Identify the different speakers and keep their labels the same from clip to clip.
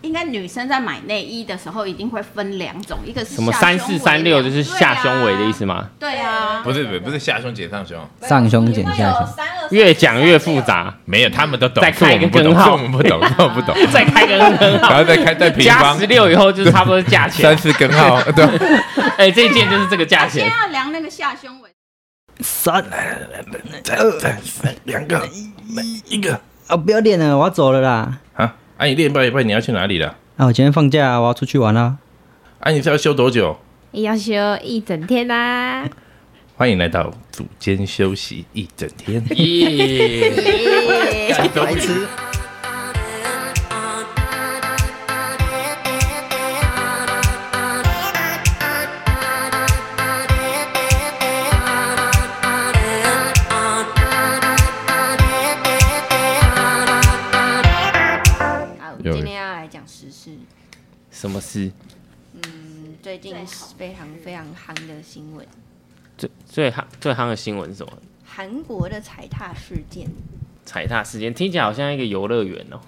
Speaker 1: 应该女生在买内衣的时候一定会分两种，一个是
Speaker 2: 什么
Speaker 1: 下
Speaker 2: 三
Speaker 1: 胸
Speaker 2: 四
Speaker 1: 围
Speaker 2: 三六
Speaker 1: 两
Speaker 2: 就是下胸围的意思吗？
Speaker 1: 对啊，
Speaker 3: 不是不是不是下胸减上胸，
Speaker 4: 上胸减下胸
Speaker 5: 胸
Speaker 2: 越讲越复。杂，
Speaker 3: 没有，他们都懂，
Speaker 2: 再开一个
Speaker 3: 是我
Speaker 2: 根
Speaker 3: 们
Speaker 2: 号
Speaker 3: 不懂，是我们不懂，是我们不懂，
Speaker 2: 再开个根
Speaker 3: 然
Speaker 2: 号，
Speaker 3: 后再开再平
Speaker 2: 加
Speaker 3: 方
Speaker 2: 十六以后就是差不多价钱
Speaker 3: 三。四 根号，对，
Speaker 2: 哎、这一件就是这个价
Speaker 1: 啊先
Speaker 2: 钱。
Speaker 1: 要量那个下胸围，
Speaker 4: 三
Speaker 3: 两个一个
Speaker 4: 啊！不要练了，我要走了啦。
Speaker 3: 啊，啊你练一半一半你要去哪里了？
Speaker 4: 啊，我今天放假、啊，我要出去玩啦、
Speaker 3: 啊你是要休多久？
Speaker 5: 要休一整天啊啦、
Speaker 3: 欢迎来到组间休息一整 天。
Speaker 2: 咦，
Speaker 4: 白痴。。
Speaker 1: 啊，我
Speaker 3: 有
Speaker 1: 今天要来讲时事，
Speaker 2: 什么事？
Speaker 1: 嗯，最近非常非常夯的新闻，
Speaker 2: 最最夯最夯的新闻是什么？
Speaker 1: 韩国的踩踏事件，
Speaker 2: 踩踏事件听起来好像一个游乐园哦，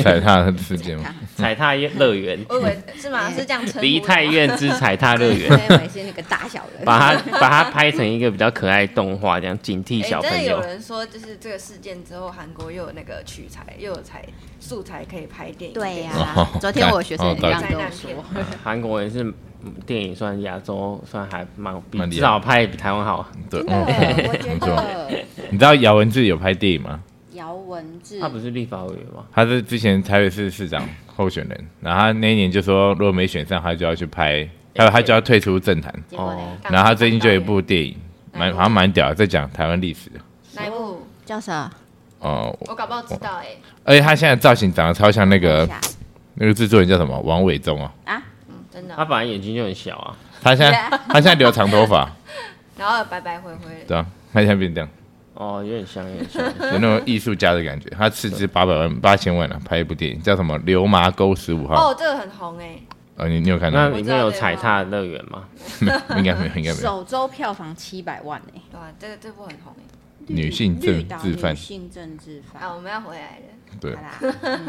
Speaker 3: 踩踏的事件吗？
Speaker 2: 踩踏乐园，
Speaker 5: 哦我以为是吗？
Speaker 1: 哎
Speaker 5: 是这样称呼的吗
Speaker 2: 梨泰院之踩踏乐园，
Speaker 5: 我以为是那个大小 人。
Speaker 2: 把它 把它拍成一个比较可爱的动画，这样警惕
Speaker 5: 哎
Speaker 2: 小
Speaker 5: 真的
Speaker 2: 朋
Speaker 5: 有
Speaker 2: 友。
Speaker 5: 人说，就是这个事件之后，韩国又有那个取材，又有材素材可以拍电影。
Speaker 1: 对呀、啊
Speaker 3: 哦
Speaker 1: 昨天我学生
Speaker 3: 哦
Speaker 1: 这样
Speaker 5: 灾
Speaker 1: 跟我
Speaker 5: 难
Speaker 1: 说
Speaker 5: 片，，
Speaker 2: 韩国人是嗯电影算亚洲算还蛮比
Speaker 3: 蛮厉害
Speaker 2: 至少拍得比台湾好。
Speaker 3: 对，
Speaker 5: 真的，
Speaker 1: 哦
Speaker 3: 嗯
Speaker 5: 我觉
Speaker 3: 没错。
Speaker 5: 得
Speaker 3: 你知道姚文智有拍电影吗？
Speaker 1: 姚文志
Speaker 2: 他不是立法委员吗？
Speaker 3: 他是之前台北市市长候选人，然后他那一年就说，如果没选上，他就要去拍，他他就要退出政坛。
Speaker 1: 结果呢？
Speaker 3: 哦然后他最近就有一部电影，蛮好像蛮屌的，在讲台湾历史的。
Speaker 5: 哪一部？
Speaker 1: 叫啥？
Speaker 3: 哦、
Speaker 5: 我搞不好知道哎、
Speaker 3: 而且他现在造型长得超像那个
Speaker 1: 等一下
Speaker 3: 那个制作人叫什么王伟忠哦，
Speaker 1: 啊，
Speaker 5: 嗯，真的
Speaker 2: 他。本来眼睛就很小啊，
Speaker 3: 他现 在他现在留长头发，
Speaker 5: 然后白白灰灰的，
Speaker 3: 对啊，他现在变这样，
Speaker 2: 哦，有点像，有点像。
Speaker 3: 有那种艺术家的感觉。他斥资八百万八千万啊，拍一部电影叫什么《流麻沟十五号》
Speaker 5: 哦，这个很红哎、
Speaker 3: 哦，你你有看
Speaker 2: 那
Speaker 3: 到？
Speaker 2: 里面有踩踏乐园吗？
Speaker 3: 应该没有，应该没有。
Speaker 1: 首周票房七百万哎、
Speaker 5: 对吧、这个这部很红哎、
Speaker 3: 女性
Speaker 1: 绿
Speaker 3: 政
Speaker 1: 岛
Speaker 3: 治犯
Speaker 1: 女，性政治犯，
Speaker 2: 哦
Speaker 5: 啊，我们要回来了。
Speaker 3: 对
Speaker 1: 好，啦，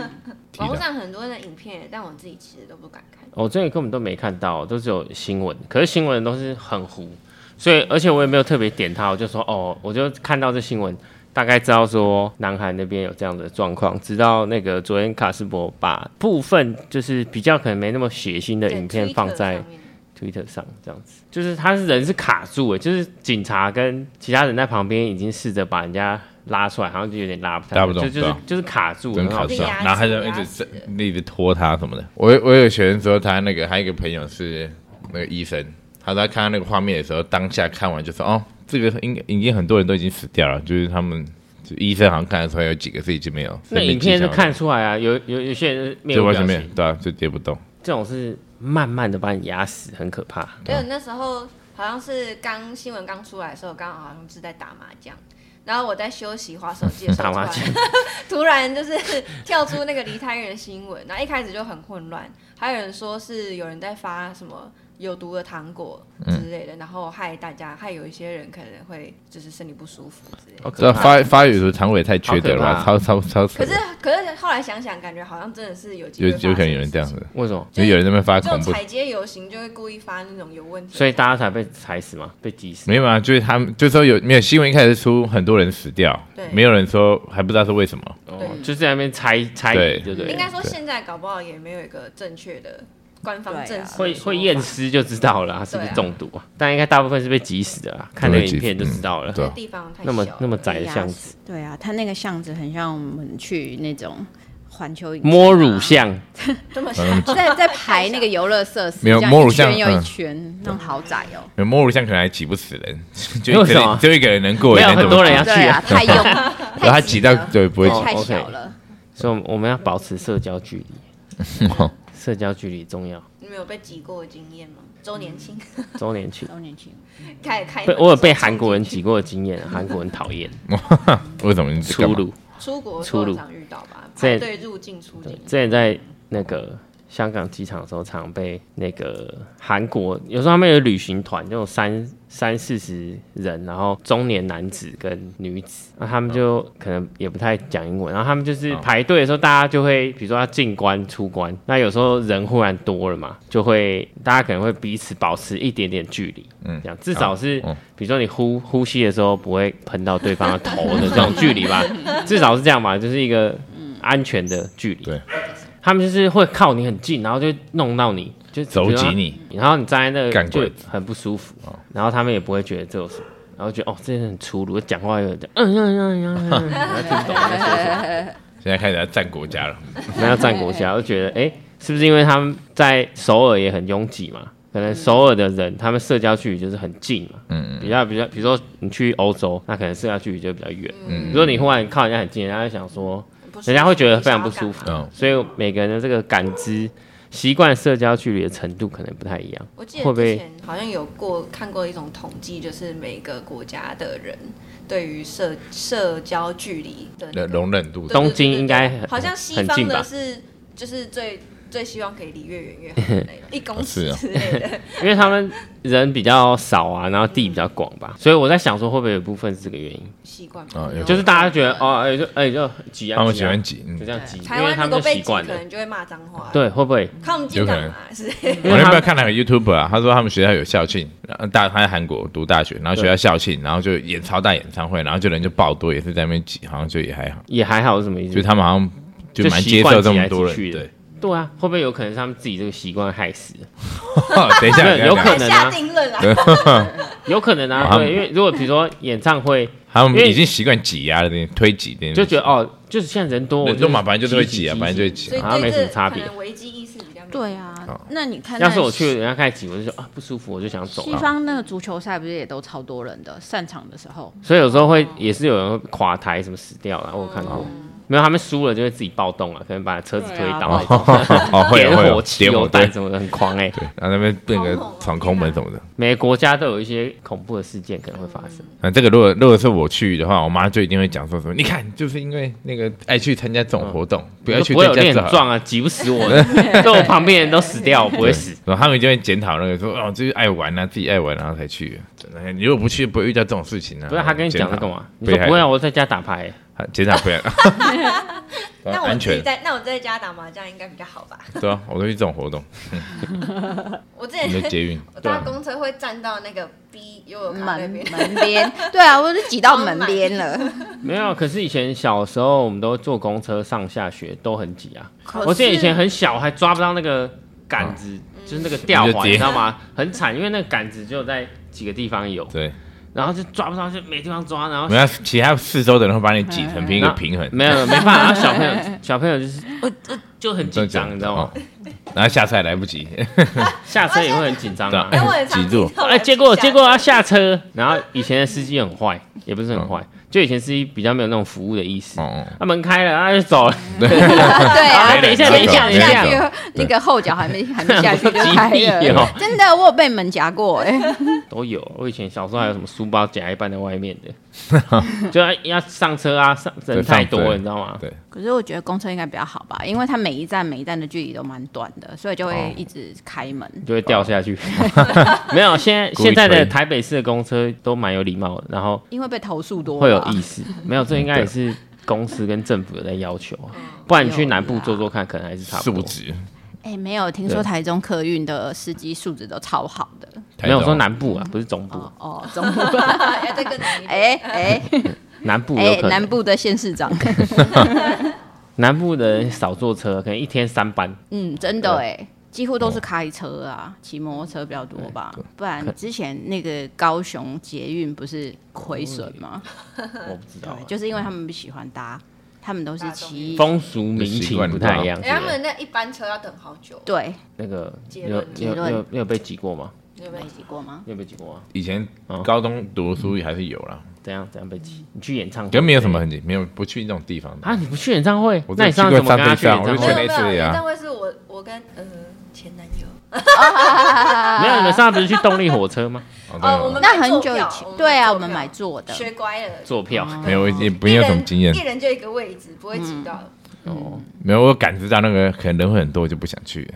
Speaker 3: 提
Speaker 5: 网络
Speaker 3: 到
Speaker 5: 上很多的影片，但我自己其实都不敢看。
Speaker 2: 我这里根本都没看到，都只有新闻。可是新闻都是很糊，所以而且我也没有特别点它，我就说哦，我就看到这新闻，大概知道说南韩那边有这样的状况。直到那个昨天卡斯伯把部分就是比较可能没那么血腥的
Speaker 5: 对
Speaker 2: 影片
Speaker 5: Twitter
Speaker 2: 放在
Speaker 5: 上面
Speaker 2: Twitter 上，这样子，就是他是人是卡住了，就是警察跟其他人在旁边已经试着把人家拉出来，好像就有点拉不太
Speaker 3: 拉不动
Speaker 2: 就就是
Speaker 3: 对啊
Speaker 2: 就是卡住，
Speaker 3: 真
Speaker 2: 很
Speaker 3: 考
Speaker 2: 好
Speaker 3: 上
Speaker 2: 笑
Speaker 5: 被，压
Speaker 3: 然后他就
Speaker 5: 制
Speaker 3: 一直
Speaker 5: 压死
Speaker 3: 在一直拖他什么的。我我有学生说他那个，还有一个朋友是那个医生，他说他看到那个画面的时候，当下看完就说哦，这个应已经很多人都已经死掉了，就是他们就医生好像看的时候有几个是已经没有。
Speaker 2: 那
Speaker 3: 生命
Speaker 2: 影片
Speaker 3: 迹
Speaker 2: 是
Speaker 3: 象了
Speaker 2: 看出来啊，有有有些人是面
Speaker 3: 就
Speaker 2: 无
Speaker 3: 完
Speaker 2: 表
Speaker 3: 全没有
Speaker 2: 情，，
Speaker 3: 对啊，就跌不动。
Speaker 2: 这种是慢慢的把你压死，很可怕。
Speaker 5: 对，那时候好像是刚新闻刚出来的时候，刚好好像是在打麻将，然后我在休息划手机的时
Speaker 2: 打
Speaker 5: 候，突
Speaker 2: 麻
Speaker 5: 然 突然就是 跳出那个梨泰院的新闻，然后一开始就很混乱，还有人说是有人在发什么。有毒的糖果之类的，然后害大家，害有一些人可能会就是身体不舒服之类的。
Speaker 2: 好
Speaker 3: 这
Speaker 2: 可怕
Speaker 3: 发发语图常委太缺德了吧，
Speaker 2: 好
Speaker 3: 超超超扯
Speaker 5: 可。是可是后来想想，感觉好像真的是有机
Speaker 3: 有
Speaker 5: 会
Speaker 3: 有可能有人
Speaker 5: 发生
Speaker 3: 这样子，
Speaker 2: 为什么？
Speaker 3: 就有人在那边发
Speaker 5: 这种
Speaker 3: 恐怖，
Speaker 5: 踩街游行就会故意发那种有问题的，
Speaker 2: 所以大家才被踩死吗？被挤死？
Speaker 3: 没有啊，就是他们就说有没有新闻一开始出很多人死掉
Speaker 5: 对，
Speaker 3: 没有人说还不知道是为什么，
Speaker 2: 哦，就在那边猜猜疑，
Speaker 3: 对
Speaker 2: 对不对
Speaker 5: 应该
Speaker 2: 了？
Speaker 5: 说现在搞不好也没有一个正确的官方
Speaker 1: 啊
Speaker 5: 证实的说法
Speaker 2: 会会验，尸就知道了啊、是不是
Speaker 5: 对啊
Speaker 2: 中毒啊？但应该大部分是被挤死的啊，看那个影片就知道了。
Speaker 3: 对啊
Speaker 5: 地方太小
Speaker 2: 那么那么窄
Speaker 1: 被
Speaker 2: 的
Speaker 1: 压
Speaker 2: 巷子，
Speaker 1: 死对啊，他那个巷子很像我们去那种环球影城啊
Speaker 2: 摸乳巷，
Speaker 5: 这么 小，
Speaker 3: 嗯
Speaker 1: 在在排那个游乐设施，
Speaker 3: 没有
Speaker 1: 这样
Speaker 3: 摸乳
Speaker 1: 一圈
Speaker 3: 巷
Speaker 1: 又一
Speaker 3: 嗯
Speaker 1: 圈，那种好窄哦。
Speaker 3: 有摸乳巷可能还挤不死人，就
Speaker 2: 为
Speaker 3: 一个
Speaker 2: 什么
Speaker 3: 人就一个人能过，
Speaker 2: 没有
Speaker 3: 那怎
Speaker 2: 很
Speaker 3: 么
Speaker 2: 多人
Speaker 3: 挤
Speaker 2: 要去
Speaker 1: 对啊，
Speaker 2: 啊
Speaker 1: 太 拥，
Speaker 3: 然后
Speaker 1: 太
Speaker 3: 他
Speaker 1: 挤
Speaker 3: 挤到
Speaker 1: 了
Speaker 3: 对不会
Speaker 2: 哦
Speaker 3: 挤，
Speaker 1: 太
Speaker 2: OK
Speaker 1: 小了。
Speaker 2: 所以我们我们要保持社交距离， 社交距离重要。
Speaker 5: 你们有被挤过的经验吗？周年庆
Speaker 2: 周年庆，
Speaker 1: 周年庆，
Speaker 5: 开开，
Speaker 2: 被我有被韩国人挤过的经验啊，韩国人讨厌
Speaker 3: 为什么 你
Speaker 2: 粗
Speaker 3: 干嘛？
Speaker 2: 鲁。
Speaker 5: 出国
Speaker 2: 出
Speaker 5: 出
Speaker 2: 入
Speaker 5: 常遇到吧，
Speaker 2: 在
Speaker 5: 排队入境出境，
Speaker 2: 之前在那个香港机场的时候，常被那个韩国，有时候他们有旅行团，那种三三四十人，然后中年男子跟女子，那他们就可能也不太讲英文，然后他们就是
Speaker 3: 嗯
Speaker 2: 排队的时候，大家就会比如说要进关出关，那有时候人忽然多了嘛，就会大家可能会彼此保持一点点距离，嗯，这样至少是
Speaker 3: 嗯
Speaker 2: 比如说你呼呼吸的时候不会喷到对方的头的这种距离吧，至少是这样吧，就是一个安全的距离。
Speaker 3: 对，
Speaker 2: 他们就是会靠你很近，然后就弄到你，就
Speaker 3: 走挤你，
Speaker 2: 然后你站在那
Speaker 3: 干
Speaker 2: 个
Speaker 3: 鬼
Speaker 2: 就很不舒服，然后他们也不会觉得这有什么。然后觉得哦，这人很粗鲁，讲话又讲嗯嗯嗯嗯嗯，
Speaker 3: 现在开始要占国家了，
Speaker 2: 那要站国家，我就觉得哎、诶是不是因为他们在首尔也很拥挤嘛？可能首尔的人他们社交距离就是很近嘛，
Speaker 3: 嗯
Speaker 2: 比较比较，比如说你去欧洲，那可能社交距离就比较远。嗯，如果你忽然靠人家很近，人家就想说，
Speaker 5: 不舒服
Speaker 2: 人家会觉得非常不舒。
Speaker 5: 你想要干嘛
Speaker 2: 服。
Speaker 3: 嗯，
Speaker 2: 所以每个人的这个感知、习惯社交距离的程度可能不太一样。
Speaker 5: 我记得
Speaker 2: 会不会
Speaker 5: 之前好像有过看过一种统计，就是每个国家的人对于社社交距离的那
Speaker 3: 容
Speaker 5: 个
Speaker 3: 容忍度
Speaker 5: 对
Speaker 2: 东京应该很
Speaker 5: 好像西
Speaker 2: 很
Speaker 5: 方
Speaker 2: 近
Speaker 5: 的
Speaker 2: 吧
Speaker 5: 是就是最最希望可以离越远越好的那种，一公
Speaker 3: 是
Speaker 5: 尺
Speaker 2: 哦
Speaker 3: 啊
Speaker 5: 之类的。
Speaker 2: 因为他们人比较少啊，然后地比较广吧，所以我在想说会不会有一部分是这个原因，
Speaker 5: 习惯
Speaker 3: 啊有
Speaker 2: 就是大家觉得哦，哎、就哎、就挤啊，
Speaker 3: 他们
Speaker 2: 挤
Speaker 3: 喜
Speaker 2: 啊
Speaker 3: 欢挤，嗯
Speaker 2: 就这样挤，
Speaker 5: 台
Speaker 2: 因为
Speaker 5: 湾
Speaker 2: 他们
Speaker 5: 如果
Speaker 2: 就
Speaker 5: 被
Speaker 2: 习
Speaker 5: 挤，
Speaker 2: 惯
Speaker 5: 可
Speaker 2: 了。
Speaker 5: 能就会骂脏话，，
Speaker 2: 对，会不会？
Speaker 5: 靠我们进党啊，是
Speaker 2: 因
Speaker 3: 我
Speaker 2: 为他
Speaker 3: 那边
Speaker 2: 们
Speaker 3: 看哪个 YouTube 啊，他说他们学校有校庆，然后大他在韩国读大学，然后学校校庆，然后就演超大演唱会，然后就人就爆多，也是在那边挤，好像就也还好，
Speaker 2: 也还好是什么意
Speaker 3: 就
Speaker 2: 思？
Speaker 3: 他们好像就
Speaker 2: 就
Speaker 3: 蛮
Speaker 2: 习
Speaker 3: 接
Speaker 2: 惯
Speaker 3: 受这
Speaker 2: 挤
Speaker 3: 么
Speaker 2: 来
Speaker 3: 多
Speaker 2: 挤
Speaker 3: 人，
Speaker 2: 去的
Speaker 3: 对。
Speaker 2: 对啊，会不会有可能是他们自己这个习惯害死的？
Speaker 3: 等一下，等一下
Speaker 2: 有可
Speaker 5: 太
Speaker 2: 能
Speaker 5: 下
Speaker 2: 啊
Speaker 5: 定论了。
Speaker 2: 有可能
Speaker 3: 哦
Speaker 2: 啊，
Speaker 3: 他们
Speaker 2: 对，因为如果比如说演唱会，
Speaker 3: 他
Speaker 2: 因
Speaker 3: 们
Speaker 2: 为
Speaker 3: 已经习惯挤压了，推挤的，
Speaker 2: 就觉得哦，就是现在人多，我
Speaker 3: 人
Speaker 2: 就
Speaker 3: 都嘛，反正就是会
Speaker 2: 挤
Speaker 3: 挤啊，反正就会挤
Speaker 5: 所
Speaker 3: 啊。
Speaker 5: 以
Speaker 2: 好像
Speaker 5: 对
Speaker 2: 没什
Speaker 5: 这
Speaker 2: 么差
Speaker 5: 可
Speaker 2: 别
Speaker 5: 能危机意识比较没有
Speaker 1: 对啊，那你看，
Speaker 2: 要是我去，人家开始挤，我就说啊不舒服，我就想走
Speaker 1: 西
Speaker 2: 了。
Speaker 1: 方那个足球赛，不是也都超多人的？散场的时候，
Speaker 2: 所以有时候会也是有人会垮台什么死掉了，我有看过。
Speaker 3: 哦
Speaker 2: 没有，他们输了就会自己暴动了，可能把车子推倒那种，
Speaker 3: 哦，会有
Speaker 2: 点
Speaker 3: 啊会
Speaker 2: 火
Speaker 3: 有
Speaker 2: 汽
Speaker 3: 点
Speaker 2: 油
Speaker 3: 火对
Speaker 2: 弹，什么的，很狂哎、
Speaker 3: 然后那边那个闯空门什么的。
Speaker 2: 每个国家都有一些恐怖的事件可能会发生。
Speaker 3: 那这个如果如果是我去的话，我妈就一定会讲说什么，你看，就是因为那个爱去参加这种活动，不要
Speaker 2: 嗯
Speaker 3: 去
Speaker 2: 我有
Speaker 3: 参加
Speaker 2: 练
Speaker 3: 这
Speaker 2: 很壮啊，挤不死我 的，所以我旁边人都死掉，我不会死。
Speaker 3: 然后他们就会检讨那个说哦，就是爱玩啊，自己爱玩，然后才去。哎你如果不去，不会遇到这种事情啊。
Speaker 2: 不是他跟你讲
Speaker 3: 这
Speaker 2: 这干嘛？你
Speaker 3: 被
Speaker 2: 说
Speaker 3: 害
Speaker 2: 不会啊，我在家打牌、
Speaker 3: 检讨 不要。
Speaker 5: 那我
Speaker 3: 安
Speaker 5: 自己
Speaker 3: 全
Speaker 5: 在，那我在家打麻将应该比较好吧？
Speaker 3: 对啊，我都去这种活动，
Speaker 5: 我之
Speaker 3: 你的
Speaker 5: 前
Speaker 3: 捷运
Speaker 5: 我搭公车会站到那个 B 悠游卡那
Speaker 1: 门
Speaker 5: 边，
Speaker 1: 门边，对啊，我就挤到门边了。
Speaker 2: 没有，啊可是以前小时候我们都坐公车上下学，都很挤啊。
Speaker 1: 可
Speaker 6: 哦
Speaker 1: 是
Speaker 2: 我记得以前很小，还抓不到那个杆子，就是嗯那个吊
Speaker 3: 你就
Speaker 2: 环，
Speaker 3: 跌
Speaker 2: 你知道吗？很惨，因为那个杆子只有在几个地方有，
Speaker 3: 对，
Speaker 2: 然后就抓不到，就没地方抓，然后
Speaker 3: 没有其他四周的人会把你挤成一个平衡，
Speaker 2: 哎没有没办法，然后小朋友小朋友就是呃呃就很紧张，你知道吗？
Speaker 3: 哦？然后下车还来不及，
Speaker 2: 下车也会很紧张嗯啊。
Speaker 3: 对
Speaker 5: 但我很常
Speaker 3: 挤住
Speaker 5: 听到
Speaker 2: 哎，
Speaker 5: 人
Speaker 2: 结果
Speaker 5: 下
Speaker 2: 结果要下车，然后以前的司机很坏，也不是很坏，就以前司机比较没有那种服务的意识
Speaker 3: 哦，哦，
Speaker 2: 他门开了，他就走了，
Speaker 1: 对啊，
Speaker 2: 没人
Speaker 1: 下，
Speaker 2: 没人
Speaker 1: 下
Speaker 2: 没人
Speaker 1: 去，那个后脚还没还
Speaker 2: 嗯
Speaker 1: 没下去 就开
Speaker 2: 急屁
Speaker 1: 了
Speaker 2: 哦，
Speaker 1: 真的，我有被门夹 过哎、
Speaker 2: 都有。
Speaker 3: 嗯
Speaker 2: 我以前小时候还有什么书包夹一半在外面的， 就要要上车啊，上人
Speaker 3: 对
Speaker 2: 太
Speaker 3: 上车
Speaker 2: 多了，你知道吗？
Speaker 3: 对
Speaker 1: 可是我觉得公车应该比较好吧，因为它每一站每一站的距离都蛮短的，所以就
Speaker 2: 哦
Speaker 1: 会一直开门。
Speaker 2: 就会掉下去。 没有，现在
Speaker 3: 哦故意
Speaker 2: 现在的
Speaker 3: 推
Speaker 2: 台北市的公车都蛮有礼貌的，然后
Speaker 1: 因为被投诉多啊
Speaker 2: 会有
Speaker 1: 吧
Speaker 2: 意识。没有，这
Speaker 3: 嗯
Speaker 2: 应该也是公司跟政府有在要求啊，不然你去南部做做看，可能还是差不
Speaker 3: 哦素
Speaker 2: 多。
Speaker 3: 质。
Speaker 1: 哎、没有听说
Speaker 2: 对
Speaker 1: 台中客运的司机素质都超好的
Speaker 3: 台
Speaker 2: 没有
Speaker 3: 中
Speaker 2: 说南部啊，不是中部，
Speaker 1: 哦哦，中 部
Speaker 5: 要再更难一点。
Speaker 1: 哎哎
Speaker 2: 南部有
Speaker 1: 哎，
Speaker 2: 可
Speaker 1: 南
Speaker 2: 能。
Speaker 1: 部的县市 长，
Speaker 2: 南部的人少坐车，可能一天三班。
Speaker 1: 嗯，真的哎。几乎都
Speaker 2: 哦
Speaker 1: 是开车啊，骑摩托车比较多吧，
Speaker 2: 哎
Speaker 1: 不然之前那个高雄捷运不是亏损吗？
Speaker 2: 我不知道啊
Speaker 1: 对，，嗯就是因为他们不喜欢搭，他们都是骑
Speaker 2: 风俗民情不太一样。
Speaker 5: 哎他们那一班车要等好久，
Speaker 1: 对，
Speaker 2: 那个，你
Speaker 5: 结
Speaker 2: 有
Speaker 5: 论
Speaker 2: 你有
Speaker 1: 结论
Speaker 2: 你有你有被挤过吗？
Speaker 5: 你有没有
Speaker 1: 没？骑过吗？
Speaker 2: 你有被挤过啊？
Speaker 3: 以前高中读书还是有啦，
Speaker 2: 怎样怎样被挤？你去演唱会？
Speaker 3: 可是没有什么痕迹，没有不去那种地方的。
Speaker 2: 啊？你不去演唱会
Speaker 3: 我？
Speaker 2: 那你上次
Speaker 3: 只
Speaker 2: 怎
Speaker 3: 去过
Speaker 2: 么跟他去演
Speaker 3: 张飞
Speaker 2: 唱
Speaker 5: 哦没
Speaker 3: 上
Speaker 2: 会
Speaker 5: 有
Speaker 3: 我去？
Speaker 5: 没
Speaker 3: 那次而已
Speaker 5: 有，
Speaker 3: 啊
Speaker 5: 但会是我我跟呃前男友
Speaker 1: 啊
Speaker 2: 没有，你们上次不是去动力火车吗？
Speaker 3: 哦
Speaker 5: 哦我们
Speaker 1: 那很久以
Speaker 5: 买坐
Speaker 1: 前，
Speaker 5: 票
Speaker 1: 对啊，
Speaker 5: 我
Speaker 1: 我
Speaker 5: 们
Speaker 1: 们
Speaker 5: 买
Speaker 1: 买
Speaker 5: 坐
Speaker 1: 坐的，
Speaker 5: 学乖了，
Speaker 2: 坐票
Speaker 1: 哦
Speaker 3: 没有，也没有什么经验
Speaker 5: 一。人就一个位置，不会挤到。
Speaker 2: 哦，
Speaker 3: 没有，我感知到那个可能人会很多，我就不想去了。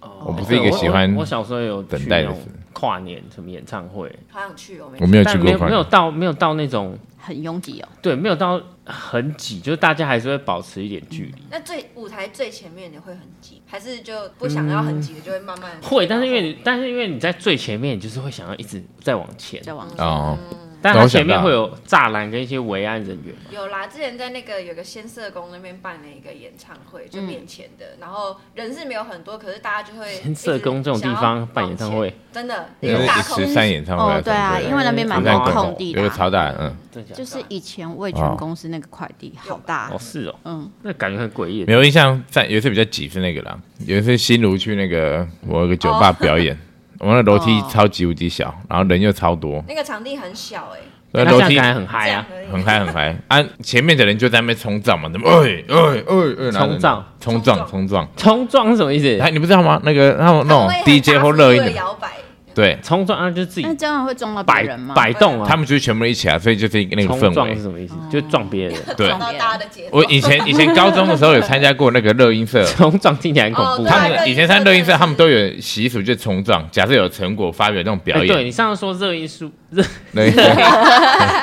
Speaker 3: 哦我不是一个喜欢
Speaker 2: 我我我小时候有去
Speaker 3: 等待的
Speaker 2: 那种
Speaker 3: 事
Speaker 2: 跨年什么演唱会，
Speaker 5: 好想去哦，没
Speaker 3: 我没有去
Speaker 2: 但没
Speaker 3: 过
Speaker 2: 有
Speaker 3: 跨
Speaker 2: 没有
Speaker 3: 年，
Speaker 2: 到没有到那种
Speaker 1: 很拥挤哦。
Speaker 2: 对，没有到很挤，就是大家还是会保持一点距离。
Speaker 5: 那最舞台最前面的会很挤，还是就不想要很挤的就会慢慢
Speaker 2: 会，但是因为你，但是因为你在最前面，你就是会想要一直在往前，
Speaker 1: 再往
Speaker 3: 哦，
Speaker 2: 但
Speaker 3: 那
Speaker 2: 它
Speaker 3: 我想
Speaker 2: 前面
Speaker 3: 到
Speaker 2: 会有栅栏跟一些维安人员。
Speaker 5: 有啦，之前在那个有个仙社宫那边办了一个演唱会，就面前的，然后人是没有很多，可是大家就会
Speaker 2: 仙社宫这种地方办演唱会，
Speaker 5: 真的一
Speaker 3: 因
Speaker 5: 个
Speaker 3: 为
Speaker 5: 大
Speaker 3: 一
Speaker 5: 空
Speaker 3: 十
Speaker 5: 间，
Speaker 3: 三演唱会
Speaker 1: 哦
Speaker 3: 什么，
Speaker 1: 对啊，
Speaker 3: 之类的
Speaker 1: 因为那边蛮
Speaker 2: 对
Speaker 1: 多
Speaker 2: 对对
Speaker 1: 空地
Speaker 3: 有
Speaker 1: 的
Speaker 3: 个
Speaker 1: 啊，
Speaker 3: 超大的，嗯，
Speaker 2: 真的假的
Speaker 1: 就是以前味全公司那个快递好大
Speaker 2: 啊哦，是哦，
Speaker 1: 嗯，
Speaker 2: 那感觉很诡异
Speaker 3: 没。有印象，在有一次比较挤是那个啦，有一次新竹去那个某一个酒吧表演，我们的楼梯
Speaker 1: 哦
Speaker 3: 超级无敌小，然后人又超多，
Speaker 5: 那个场地很小哎，
Speaker 3: 那
Speaker 2: 那
Speaker 3: 楼
Speaker 2: 现
Speaker 3: 梯
Speaker 2: 在感觉很嗨啊，
Speaker 5: 这样而已
Speaker 3: 很嗨很嗨啊！前面的人就在那边冲撞嘛，怎么哎哎哎哎，然后
Speaker 2: 冲撞
Speaker 3: 冲撞冲撞，
Speaker 2: 冲撞是什么意思？
Speaker 3: 哎，你不知道吗？那个那种那种 DJ 或热音
Speaker 5: 的
Speaker 3: 的，
Speaker 5: 摇摆，
Speaker 3: 对
Speaker 2: 冲撞啊，就是自己
Speaker 1: 那这样会撞到别
Speaker 2: 摆
Speaker 1: 人吗？
Speaker 2: 摆动啊。
Speaker 3: 他们就是全部一起啊，所以就是那个
Speaker 2: 冲
Speaker 3: 氛
Speaker 2: 撞
Speaker 3: 围
Speaker 2: 是。什么意思？就撞别人。
Speaker 3: 对
Speaker 5: 撞到大家的节奏。
Speaker 3: 我以前以前高中的时候有参加过那个热音社，
Speaker 2: 冲撞听起来很恐怖。
Speaker 5: 哦对热
Speaker 3: 他
Speaker 5: 音社
Speaker 3: 们以前参加热音社，
Speaker 5: 真的是
Speaker 3: 他们都有习俗，就冲撞。假设有成果发表那种表
Speaker 2: 哎对
Speaker 3: 演，
Speaker 2: 你上次说热音社热
Speaker 3: 热音社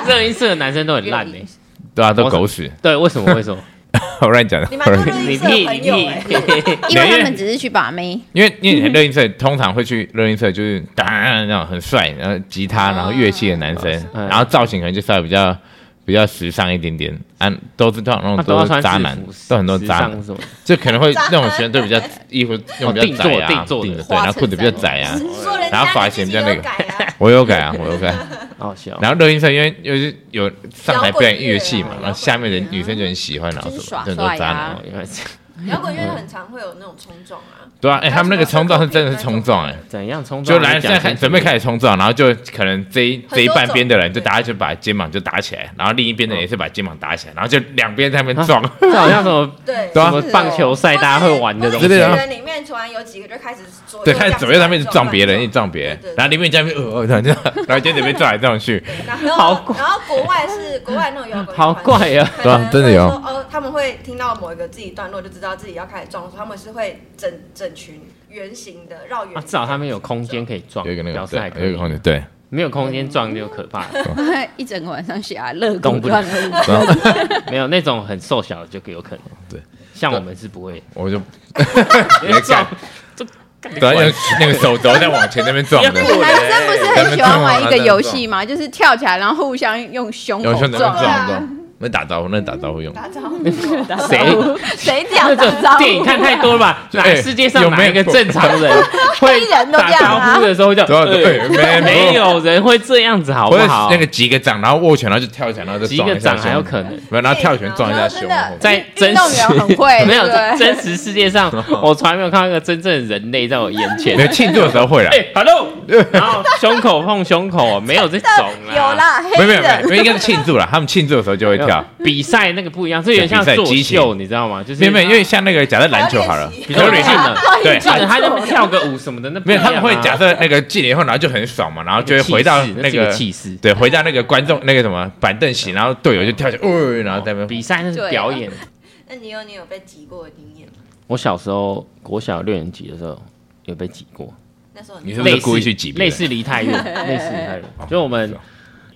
Speaker 2: 热音社的男生都很烂呢。
Speaker 3: 对啊，都狗屎，
Speaker 2: 对，为什么？为什 么？
Speaker 3: 我乱讲的
Speaker 5: 你。蛮多热
Speaker 2: 你
Speaker 5: 音社的
Speaker 2: 屁
Speaker 5: 朋
Speaker 2: 你
Speaker 5: 友哎，
Speaker 2: 屁！
Speaker 1: 因为他们只是去把妹，
Speaker 3: 因为因为以前热音社通常会去热音社，就是当那种很帅，然后吉他，然后乐器的男生，
Speaker 2: 嗯
Speaker 3: 然后造型可能就稍微比较比较时尚一点点，啊，都是通常那
Speaker 2: 他
Speaker 3: 种
Speaker 2: 都要
Speaker 3: 都
Speaker 2: 穿
Speaker 3: 是渣
Speaker 2: 制
Speaker 3: 男
Speaker 2: 服，，
Speaker 3: 都很多
Speaker 2: 时
Speaker 3: 渣
Speaker 2: 尚
Speaker 3: 男，
Speaker 2: 什么？
Speaker 3: 就可能会那种学生都比较衣服用比较窄啊，
Speaker 2: 定做定做的
Speaker 3: 对，然后裤子比较窄啊，
Speaker 5: 说人
Speaker 3: 然后
Speaker 5: 家
Speaker 3: 发
Speaker 5: 自
Speaker 3: 型
Speaker 5: 己
Speaker 3: 比较那
Speaker 5: 有
Speaker 3: 个
Speaker 5: 改啊，
Speaker 3: 我有改啊，我有改。
Speaker 2: 好 笑。
Speaker 3: 然后热音社因为又是有上台表演乐器嘛
Speaker 5: 摇滚乐啊，
Speaker 3: 然后下面的女生就很喜欢，然后
Speaker 1: 就是
Speaker 3: 什
Speaker 1: 耍
Speaker 3: 么很多
Speaker 1: 帅
Speaker 3: 渣
Speaker 1: 啊
Speaker 3: 男
Speaker 2: 哦，，原来是
Speaker 5: 摇滚乐很常会有那种冲撞啊，
Speaker 3: 对啊，哎，他们那个冲撞是真的是冲撞哎。
Speaker 2: 怎样冲
Speaker 3: 就
Speaker 2: 撞？
Speaker 3: 来现在开准备
Speaker 2: 始。
Speaker 3: 开始冲撞，然后就可能这一
Speaker 5: 很多
Speaker 3: 这一半边的人就
Speaker 5: 种
Speaker 3: 大家就把肩膀就打起来，然后另一边的人也是把肩膀打起来，然后就两边在那
Speaker 2: 啊
Speaker 3: 边撞，
Speaker 2: 这好像什么
Speaker 5: 对，
Speaker 3: 对啊
Speaker 2: 什么棒球赛大家会玩的东
Speaker 5: 或者
Speaker 2: 西
Speaker 3: 对。啊
Speaker 5: 是人里面突然有几个就开始左右
Speaker 3: 对，开始左右他们一直
Speaker 5: 这样子
Speaker 3: 撞别人，一直撞别人
Speaker 5: 对对，对
Speaker 3: 然后另一边在那边呃呃，然后就 然后就在那边撞来 撞去，
Speaker 5: 然后
Speaker 2: 好怪
Speaker 5: 然后国外是国外那种摇滚乐团
Speaker 2: 好怪 啊！
Speaker 5: 可能会说
Speaker 3: 对啊真的有
Speaker 5: 哦，他们会听到某一个自己段落就知道自己要开始撞的时候，他们是会整整群圆形的绕
Speaker 2: 啊，
Speaker 5: 圆
Speaker 2: 至少他们有空间可以撞，
Speaker 3: 有一个那
Speaker 2: 表
Speaker 3: 个
Speaker 2: 示还可
Speaker 3: 对，有一个
Speaker 2: 以。
Speaker 3: 空间 对，
Speaker 2: 没有空间撞就可怕 了，
Speaker 1: 一整个晚上下乐
Speaker 2: 动
Speaker 1: 谷
Speaker 2: 不了
Speaker 1: 乱入，
Speaker 3: 然后
Speaker 2: 没有那种很瘦小的就有可能。
Speaker 3: 对，
Speaker 2: 像我们是不 会，
Speaker 3: 我就
Speaker 2: 因为撞
Speaker 3: 然后用那个手肘在往前那边撞的，
Speaker 1: 男生不是很喜欢玩一
Speaker 2: 啊
Speaker 1: 个游戏吗？就是跳起来，然后互相用胸
Speaker 3: 然
Speaker 1: 口
Speaker 3: 后像在那边
Speaker 1: 撞
Speaker 3: 撞
Speaker 5: 啊
Speaker 3: 撞，那打招呼那打招呼用。
Speaker 2: 啊
Speaker 5: 打招呼。
Speaker 2: 谁
Speaker 1: 谁
Speaker 2: 那
Speaker 1: 讲
Speaker 2: 种
Speaker 1: 招
Speaker 2: 电影
Speaker 1: 呼？
Speaker 2: 看 太多了 吧？
Speaker 3: 就
Speaker 2: 哪
Speaker 3: 哎
Speaker 2: 世界上
Speaker 3: 有
Speaker 2: 哪
Speaker 3: 没
Speaker 2: 一个
Speaker 3: 有
Speaker 2: 正常人会
Speaker 1: 黑人都
Speaker 2: 打
Speaker 1: 这样
Speaker 2: 招
Speaker 1: 啊
Speaker 2: 呼的时候就
Speaker 3: 对啊对
Speaker 2: 呃
Speaker 3: 没有
Speaker 2: 没有人会这样子，好
Speaker 3: 或
Speaker 2: 不
Speaker 3: 者
Speaker 2: 好？
Speaker 3: 那个击个掌，然后握拳，然后就跳起来，然后就
Speaker 2: 击
Speaker 3: 撞
Speaker 2: 个
Speaker 3: 一下
Speaker 2: 掌还有
Speaker 3: 胸
Speaker 2: 可能，
Speaker 3: 没有然后跳拳撞一下胸
Speaker 5: 然哦后真的
Speaker 3: 后。
Speaker 2: 在真
Speaker 1: 运动
Speaker 2: 实
Speaker 1: 员很会，
Speaker 2: 没有在
Speaker 1: 对
Speaker 2: 真实世界 上，我从来没有看到一个真正的人类在我眼前
Speaker 3: 没。有庆祝的时候会啦，
Speaker 2: 哎，hello，然 后胸口碰胸口，没有这种啊
Speaker 1: 不对， 有啦，
Speaker 3: 没
Speaker 1: 黑
Speaker 3: 有没有没有，
Speaker 1: 人
Speaker 3: 没有应该是庆祝了。他们庆祝的时候就会
Speaker 2: 没有
Speaker 3: 跳。
Speaker 2: 比赛那个不一样，这有点像
Speaker 3: 比赛
Speaker 2: 作
Speaker 3: 激
Speaker 2: 秀，
Speaker 3: 情
Speaker 2: 你知道吗？就是
Speaker 3: 没有没有，因为像那个假设篮球好了，
Speaker 5: 比
Speaker 2: 比如说
Speaker 3: 比
Speaker 2: 李
Speaker 3: 如说
Speaker 2: 静的，
Speaker 3: 对
Speaker 2: 李静的，哎他就跳个舞什么的，那不
Speaker 3: 没有，
Speaker 2: 一样
Speaker 3: 他
Speaker 2: 啊
Speaker 3: 们会假设那个进了以后，然后就很爽嘛，然后就会回到
Speaker 2: 气势
Speaker 3: 那
Speaker 2: 是一个
Speaker 3: 个
Speaker 2: 气势。
Speaker 3: 对，回到那个观众那个什么板凳席，然后队友就跳起来，哦，然后在那边
Speaker 2: 比赛那是表演。
Speaker 5: 那你有你有被挤过的经验吗？
Speaker 2: 我小时候国小六年级的时候有被挤过，
Speaker 5: 那时候
Speaker 3: 你
Speaker 5: 你
Speaker 3: 是不
Speaker 2: 类
Speaker 3: 是
Speaker 2: 似
Speaker 3: 故意去挤别
Speaker 2: 类
Speaker 3: 人
Speaker 2: 似梨泰院，类似梨泰院
Speaker 3: 哦，
Speaker 2: 就我们
Speaker 3: 是哦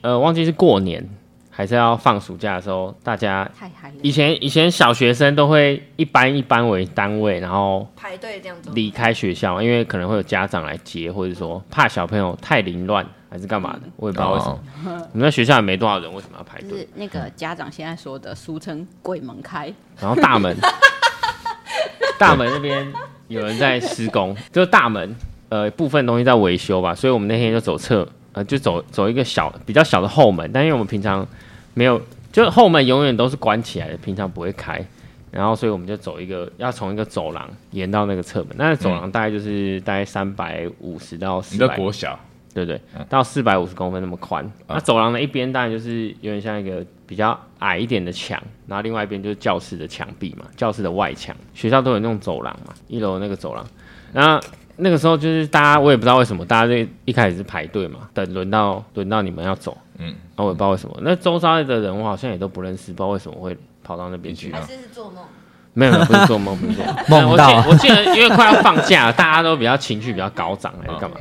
Speaker 2: 呃忘记是过年还是要放暑假的时候，大家
Speaker 1: 太嗨了，
Speaker 2: 以前以前小学生都会一班一班为单位，然后
Speaker 5: 排队这样子，
Speaker 2: 离开学校，因为可能会有家长来接，或者说怕小朋友太凌乱还是干嘛的，我也不知道为什么。
Speaker 3: 哦
Speaker 2: 我们在学校也没多少人，为什么要排
Speaker 1: 就
Speaker 2: 队？
Speaker 1: 是那个家长现在说的俗称“鬼门开
Speaker 2: 然后大门，大门那边有人在施工，就是大门呃部分东西在维修吧，所以我们那天就走侧呃就走走一个小比较小的后门，但因为我们平常没有，就是后门永远都是关起来的，平常不会开。然后，所以我们就走一个，要从一个走廊沿到那个侧门。那走廊大概就是大概三百五十到四
Speaker 3: 你在
Speaker 2: 百
Speaker 3: 国小
Speaker 2: 对不对，到四百五十公分那么宽。那、走廊的一边当然就是有点像一个比较矮一点的墙，然后另外一边就是教室的墙壁嘛，教室的外墙。学校都有那种走廊嘛，一楼那个走廊。那那个时候就是大家，我也不知道为什么，大家就一开始是排队嘛，等轮到轮到你们要走，嗯，然后我也不知道为什么。那周遭的人我好像也都不认识，不知道为什么会跑到那边去
Speaker 3: 一起。
Speaker 5: 还是是做梦？
Speaker 2: 没有，没有不是做梦，不是做梦
Speaker 4: 梦到
Speaker 2: 我记我记得，因为快要放假了，大家都比较情绪比较高涨，还是干嘛？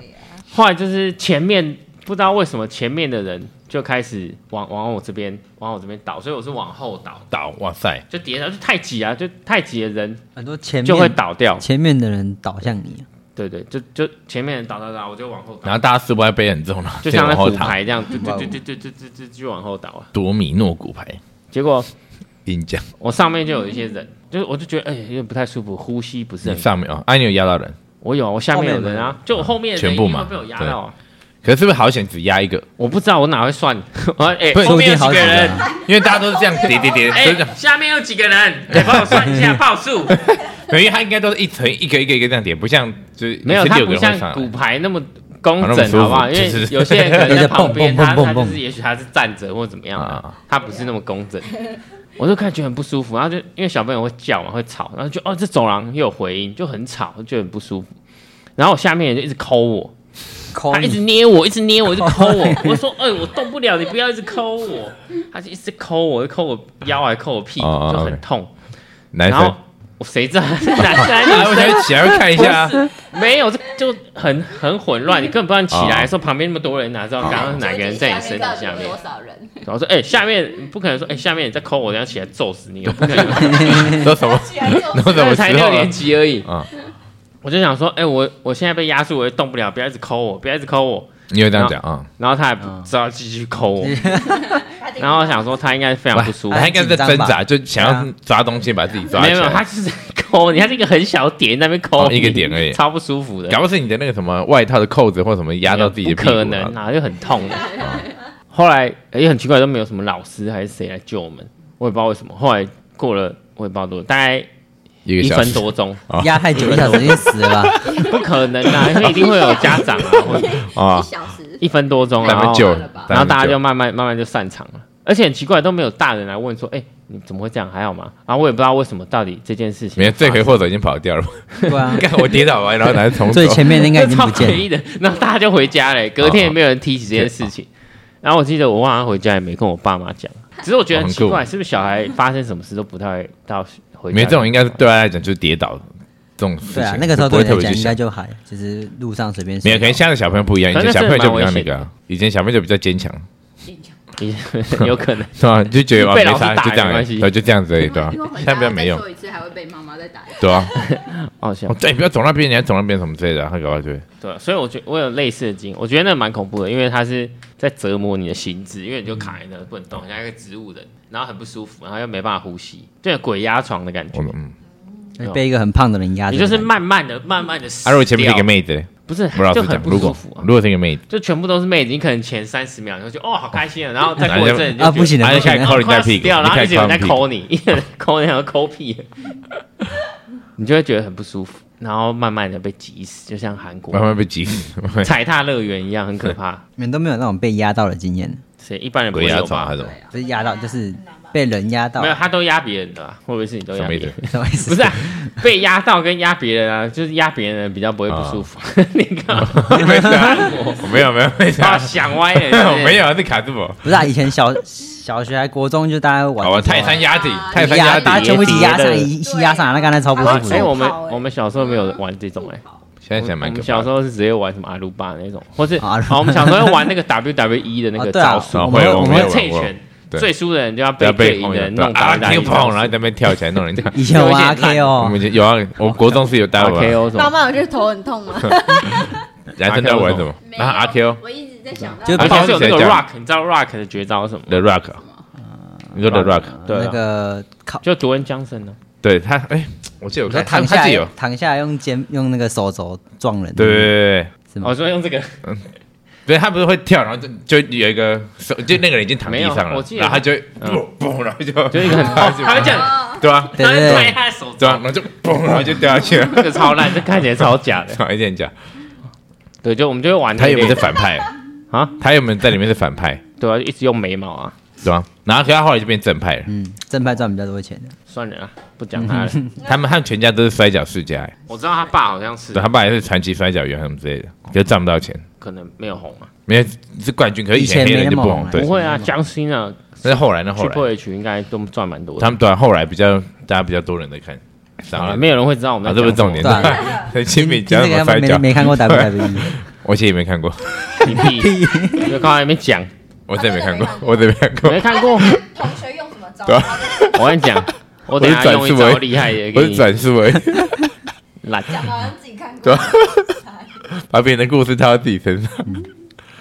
Speaker 2: 后来就是前面不知道为什么前面的人就开始往往我这边往我这边倒，所以我是往后倒，
Speaker 3: 倒，哇塞，
Speaker 2: 就跌倒，就太挤啊，就太挤的人
Speaker 4: 很多前面
Speaker 2: 就会倒掉。
Speaker 4: 前面的人倒向你，啊
Speaker 2: 对对，就就前面人倒倒倒，我就往后
Speaker 3: 然
Speaker 2: 倒，
Speaker 3: 后大家是不是背很重了？
Speaker 2: 就像
Speaker 3: 再
Speaker 2: 那
Speaker 3: 往后
Speaker 2: 骨
Speaker 3: 躺
Speaker 2: 牌这样，就就就就就就就就往后倒啊。
Speaker 3: 多米诺骨牌
Speaker 2: 结果
Speaker 3: 银奖，
Speaker 2: 我上面就有一些人，就是我就觉得哎、有点不太舒服，呼吸不是
Speaker 3: 你
Speaker 2: 很
Speaker 3: 上面哦，啊，你有压到人，
Speaker 2: 我有啊，我下面有人
Speaker 4: 后面
Speaker 2: 啊，就我后面的人
Speaker 3: 全部
Speaker 2: 一定
Speaker 3: 嘛
Speaker 2: 会被我压到啊。
Speaker 3: 可是是不是好险只压一个？
Speaker 2: 我不知道我哪会算， 我哎、
Speaker 3: 不是
Speaker 2: 后面有
Speaker 4: 说
Speaker 2: 几个
Speaker 4: 不定好几个
Speaker 2: 人，
Speaker 4: 啊
Speaker 3: 因为大家都是这样叠叠叠，
Speaker 2: 哎、
Speaker 3: 都是这样，
Speaker 2: 下面有几个人，哎、帮我算一下炮数。
Speaker 3: 因为它应该都是一层一个一个一个这样叠，不像就是
Speaker 2: 没有，
Speaker 3: 是
Speaker 2: 它
Speaker 3: 六个
Speaker 2: 不
Speaker 3: 人会啊
Speaker 2: 像
Speaker 3: 上
Speaker 2: 骨
Speaker 3: 来。
Speaker 2: 牌那么工
Speaker 3: 啊那么
Speaker 2: 整，
Speaker 3: 舒服
Speaker 2: 好不好？因
Speaker 3: 其
Speaker 2: 为
Speaker 3: 实
Speaker 2: 有些人可能在旁边，
Speaker 4: 有点
Speaker 2: 他他
Speaker 4: 蹦蹦蹦
Speaker 2: 就
Speaker 4: 蹦
Speaker 2: 是也许他是站着或怎么样
Speaker 3: 啊
Speaker 2: 啊，他不是那么工整。我就开始觉得很不舒服，然后就因为小朋友会叫嘛，会吵，然后就哦这走廊又有回音，就很吵，就觉得很不舒服。然后我下面人就一直抠我，
Speaker 4: 抠
Speaker 2: 他一直
Speaker 4: 你，
Speaker 2: 捏我，一直捏我，一直抠我。我说：“哎、我动不了，你不要一直抠我。”他就一直抠我，抠我腰，还抠我屁股，
Speaker 3: 哦哦哎
Speaker 2: 就很痛。
Speaker 3: 男
Speaker 2: 然
Speaker 3: 生
Speaker 2: 后，我谁 知道他是男生还是
Speaker 3: 啊，我
Speaker 2: 女
Speaker 3: 想
Speaker 2: 生？
Speaker 3: 起来会看一下啊，
Speaker 2: 没有，这就很很混乱，你根本不知道你起
Speaker 3: 哦
Speaker 2: 来的时候旁边那么多人，啊哪知道刚刚哪个人在你身体下面
Speaker 6: 多？少人？
Speaker 2: 然后说：“哎、下面不可能说，哎、下面你在抠我，然后起来揍死你，我哦不可能。
Speaker 3: 都 什么 都什么
Speaker 2: 才
Speaker 3: 时
Speaker 2: 六
Speaker 3: 候
Speaker 2: 年
Speaker 3: 了？
Speaker 2: 级而已。
Speaker 3: 啊
Speaker 2: 我就想说：“哎、我我现在被压住，我也动不了，不要一直抠我，不要一直抠我。
Speaker 3: 你会这样讲啊？”
Speaker 2: 然后他也不知道继续抠我。然
Speaker 5: 然
Speaker 2: 后
Speaker 5: 后
Speaker 2: 我想说他应该非常不舒服，
Speaker 3: 他应该在挣
Speaker 4: 紧张
Speaker 3: 扎，
Speaker 4: 吧
Speaker 3: 就想要抓东西把自己抓
Speaker 2: 啊没
Speaker 3: 起
Speaker 2: 有没有，他
Speaker 3: 来。
Speaker 2: 就是在抠你，他是一个很小点在那边抠
Speaker 3: 哦
Speaker 2: 你、
Speaker 3: 一个点而已
Speaker 2: 超不舒服的，
Speaker 3: 搞不好是你的那个什么外套的扣子或什么压到自己的
Speaker 2: 不
Speaker 3: 屁股
Speaker 2: 可
Speaker 3: 啊，
Speaker 2: 能啊，就很痛的。后来也很奇怪，都没有什么老师还是谁来救我们，我也不知道为什么。后来过了我也不知道多久，大概
Speaker 3: 一个
Speaker 2: 一
Speaker 3: 小
Speaker 2: 分
Speaker 3: 时，
Speaker 2: 多钟，
Speaker 4: 压太久，一小时已经死了吧？
Speaker 2: 不可能啊，因为一定会有家长啊，或者
Speaker 3: 啊
Speaker 6: 一，小时，
Speaker 2: 一分多钟，
Speaker 3: 他
Speaker 2: 然
Speaker 3: 们
Speaker 2: 后
Speaker 3: 救，
Speaker 2: 哦然后大家
Speaker 3: 救
Speaker 2: 就慢慢慢慢就散场了。而且很奇怪，都没有大人来问说，哎、你怎么会这样？还好吗？然后我也不知道为什么，到底这件事情
Speaker 3: 没有罪
Speaker 2: 发
Speaker 3: 魁祸首已经跑 掉了。
Speaker 4: 对啊
Speaker 3: 你，看我跌倒完，然后拿从
Speaker 4: 最前面的应该已经
Speaker 2: 超
Speaker 4: 不
Speaker 2: 诡
Speaker 4: 见了。
Speaker 2: 异的。然后大家就回家
Speaker 3: 哦
Speaker 2: 嘞，隔天也没有人提起这件事情。然后我记得我晚上回家也没跟我爸妈讲，只是我觉得很奇
Speaker 3: 哦很
Speaker 2: 怪，是不是小孩发生什么事都不太会到回家？
Speaker 3: 没这种，应该是对他来讲就是跌倒这种事情。
Speaker 4: 对啊，那个时候
Speaker 3: 不会
Speaker 4: 对你
Speaker 3: 特
Speaker 4: 来
Speaker 3: 别
Speaker 4: 讲
Speaker 3: 去
Speaker 4: 应该
Speaker 3: 想。
Speaker 4: 就还，就是路上随便睡。
Speaker 3: 没有，可能现在的小朋友不一样，以
Speaker 2: 可是
Speaker 3: 前
Speaker 2: 那
Speaker 3: 小朋友
Speaker 2: 真的
Speaker 3: 就比较
Speaker 2: 蛮
Speaker 3: 那
Speaker 2: 危
Speaker 3: 个啊，以前小朋友就比较坚强，
Speaker 2: 有可能。
Speaker 3: 是吧？ 就觉得啊
Speaker 2: 被
Speaker 3: 没
Speaker 2: 老师
Speaker 3: 啥，
Speaker 2: 打
Speaker 3: 就这样
Speaker 2: 也没
Speaker 3: 而
Speaker 2: 关
Speaker 3: 已，
Speaker 2: 系
Speaker 3: 对，就这样子而已，
Speaker 2: 啊
Speaker 3: 对吧
Speaker 6: 因为？回
Speaker 3: 现在
Speaker 6: 家
Speaker 3: 比较没
Speaker 6: 再
Speaker 3: 用，
Speaker 6: 做一次还会被妈妈再打一次。
Speaker 3: 对啊。
Speaker 2: 好像
Speaker 3: 哦，对，不要走那边，你要走那边什么之类的啊，他搞到就会
Speaker 2: 对，所以我觉得我有类似的经验，我觉得那蛮恐怖的，因为它是在折磨你的心智，因为你就卡在那不能动，像一个植物人，然后很不舒服，然后又没办法呼吸，就有鬼压床的感觉
Speaker 3: 我。嗯，
Speaker 4: 在被一个很胖的人压着
Speaker 2: 你
Speaker 4: 的
Speaker 2: 就
Speaker 4: 感觉，
Speaker 2: 是慢慢的、慢慢的死
Speaker 3: 啊，
Speaker 2: 掉。
Speaker 3: 如果前面是一个妹子嘞，
Speaker 2: 不是
Speaker 3: 我老
Speaker 2: 就
Speaker 3: 实讲
Speaker 2: 很，不
Speaker 3: 如
Speaker 2: 舒
Speaker 3: 果
Speaker 2: 服啊
Speaker 3: 如。果是一个妹子，
Speaker 2: 就全部都是妹子，你可能前三十秒你会觉得哦好开心啊，然后再过一阵你就
Speaker 4: 啊不行了
Speaker 2: 了，
Speaker 4: 不行了
Speaker 2: 然后快要死掉，
Speaker 3: 你
Speaker 2: 然后
Speaker 3: 开
Speaker 2: 一
Speaker 3: 始
Speaker 2: 直
Speaker 3: 抠
Speaker 2: 有人在
Speaker 3: 人家屁股
Speaker 2: 抠你，一直抠你，然后抠屁，你就会觉得很不舒服，然后慢慢的被挤死，就像韩
Speaker 3: 慢
Speaker 2: 国
Speaker 3: 慢被 挤死，慢慢
Speaker 2: 踩踏乐园一样，很可怕。
Speaker 4: 你们都没有那种被压到的经验，
Speaker 2: 所以一般人不
Speaker 3: 鬼
Speaker 2: 会
Speaker 3: 压
Speaker 2: 有
Speaker 3: 床
Speaker 2: 吧
Speaker 3: 还？是什么？
Speaker 4: 不是压到就是被人压到，
Speaker 2: 没有，他都压别人的啊，会不会是你都
Speaker 3: 什
Speaker 2: 压
Speaker 3: 么
Speaker 2: 别
Speaker 3: 意思
Speaker 2: 人？？
Speaker 4: 什么意思？
Speaker 2: 不是啊，被压到跟压别人啊，就是压别人比较不会不舒服。你看，
Speaker 3: 没事啊， 我没有没有没事
Speaker 2: 啊
Speaker 3: 啊，
Speaker 2: 想歪了，
Speaker 3: 我 没
Speaker 2: 有。
Speaker 3: 有啊，是卡住我。
Speaker 4: 不是啊，以前小小学还国中就大家玩
Speaker 3: 好
Speaker 4: 这
Speaker 3: 吧，
Speaker 4: 种
Speaker 3: 泰山压顶，泰山
Speaker 4: 压，
Speaker 3: 压
Speaker 4: 大家
Speaker 2: 底
Speaker 4: 全部一起压上来，
Speaker 2: 叠的
Speaker 4: 一起压上来，那刚才超不舒服哦
Speaker 2: 哎，
Speaker 4: 的。
Speaker 2: 我们
Speaker 5: 跑欸
Speaker 2: 我们小时候没有玩这种哎。
Speaker 3: 现在
Speaker 2: 我
Speaker 3: 想蛮
Speaker 2: 我
Speaker 3: 可
Speaker 2: 们
Speaker 3: 怕
Speaker 2: 小时
Speaker 3: 的。
Speaker 2: 候是直接玩什么阿鲁巴那种，或是
Speaker 4: 啊阿鲁巴
Speaker 2: 好，我们小时候会玩那个 WWE 的那
Speaker 4: 啊
Speaker 2: 个
Speaker 4: 对啊
Speaker 2: 招数，
Speaker 3: 哦
Speaker 4: 我们
Speaker 3: 会
Speaker 4: 我
Speaker 3: 我
Speaker 4: 们
Speaker 3: 们
Speaker 2: 会
Speaker 3: 有玩
Speaker 2: 脆
Speaker 3: 过
Speaker 2: 拳，
Speaker 3: 对
Speaker 2: 最输的人就要
Speaker 3: 不
Speaker 2: 被
Speaker 3: 要被
Speaker 2: 对
Speaker 3: 碰
Speaker 2: 赢的人
Speaker 3: 到
Speaker 2: 弄倒
Speaker 3: 啊，
Speaker 2: 在地
Speaker 3: 听
Speaker 2: 上
Speaker 3: 碰，然后在那边跳起来弄 人家。
Speaker 4: 以前
Speaker 2: 有一
Speaker 4: 玩
Speaker 2: 点烂
Speaker 4: RK
Speaker 3: 我
Speaker 4: 哦，
Speaker 3: 们以前有啊，我国中是有带
Speaker 2: 打
Speaker 3: 玩，
Speaker 2: KO 什
Speaker 6: 妈
Speaker 2: 么，
Speaker 6: 妈，我就是头很痛 吗？
Speaker 3: 男生在玩什么？
Speaker 6: 没有
Speaker 3: 然后阿 Q
Speaker 6: 我一直在想到
Speaker 4: 就
Speaker 2: 而且还
Speaker 3: 啊
Speaker 2: 是有那个
Speaker 3: 谁讲
Speaker 2: Rock，你知道 Rock 的绝招是什么？
Speaker 3: The Rock，你说 The Rock，
Speaker 2: 对
Speaker 4: 那
Speaker 2: 啊，
Speaker 4: 个靠，
Speaker 2: 就卓恩江森啊呢，
Speaker 3: 对他，哎，我记得我
Speaker 4: 说
Speaker 3: 看他
Speaker 4: 躺
Speaker 3: 他
Speaker 4: 下
Speaker 2: 嗯
Speaker 3: 是有，
Speaker 4: 躺下用肩用那个手肘撞人，
Speaker 3: 对对对对对。
Speaker 4: 是吗
Speaker 2: 我？说用这个
Speaker 3: 对他不是会跳，然后就就有一个手，就那个人已经躺地上
Speaker 2: 没有
Speaker 3: 了
Speaker 2: 我，记得嗯
Speaker 3: 然后他就会嘣嘣，然后 就
Speaker 2: 就一 个很，哦他会这样，
Speaker 3: 对啊
Speaker 4: 对
Speaker 2: 他
Speaker 4: 对
Speaker 2: 会
Speaker 4: 对
Speaker 2: 拍他的手
Speaker 3: 对
Speaker 2: 肘
Speaker 3: 啊，，然后就 嘣，然后就掉下去了。
Speaker 2: 这个超烂，这看起来超假 的。
Speaker 3: 少一点讲，
Speaker 2: 对，就我们就会玩
Speaker 3: 他
Speaker 2: 那
Speaker 3: 有没有是
Speaker 2: 个，
Speaker 3: 反派
Speaker 2: 啊？
Speaker 3: 他有没有在里面是反派？
Speaker 2: 对啊，一直用眉毛啊，
Speaker 3: 对吧？然后可他后来就变正派了。
Speaker 4: 嗯，正派赚比较多钱的，
Speaker 2: 算了啊，不讲他 了。
Speaker 3: 他们他们全家都是摔跤世家，哎
Speaker 2: 我知道他爸好像是
Speaker 3: 对，他爸也是传奇摔跤员什么之类的，就赚不到钱。
Speaker 2: 可能没有红啊，
Speaker 3: 没有是冠军，可是以
Speaker 4: 以前
Speaker 3: 前黑人就不
Speaker 4: 没那么
Speaker 3: 红，
Speaker 4: 红
Speaker 3: 对
Speaker 2: 不，会啊，江心啊，
Speaker 3: 但是后来呢？后
Speaker 2: 去破
Speaker 3: 来
Speaker 2: H 应该都赚蛮多的。
Speaker 3: 他们对啊后来比较大家比较多人在看，
Speaker 2: 好
Speaker 3: 上
Speaker 2: 了，
Speaker 3: 面
Speaker 2: 没有人会知道我们
Speaker 3: 啊，
Speaker 2: 在
Speaker 3: 这不是
Speaker 2: 讲什
Speaker 3: 重
Speaker 2: 么
Speaker 3: 点。
Speaker 4: 对啊
Speaker 3: 对，新美
Speaker 4: 听
Speaker 3: 讲
Speaker 4: 这
Speaker 3: 什
Speaker 4: 个
Speaker 3: 么
Speaker 4: 他
Speaker 3: 摔
Speaker 4: 们
Speaker 3: 跤
Speaker 4: 没？没看过 WWE，
Speaker 3: 我其实也没 看过，
Speaker 2: 你屁，就刚才没讲，
Speaker 3: 我真的没看过
Speaker 5: 啊，
Speaker 3: 我真的没看过。
Speaker 2: 没看过。
Speaker 5: 同学用什么招？
Speaker 3: 对啊
Speaker 5: 然后
Speaker 2: 我跟你 讲，我等一下用一招厉害的
Speaker 3: 我
Speaker 2: 给
Speaker 3: 是
Speaker 2: 你
Speaker 3: 转述而已，
Speaker 2: 懒。
Speaker 5: 就好像自己看过
Speaker 3: 对。把别人的故事套到自己身上。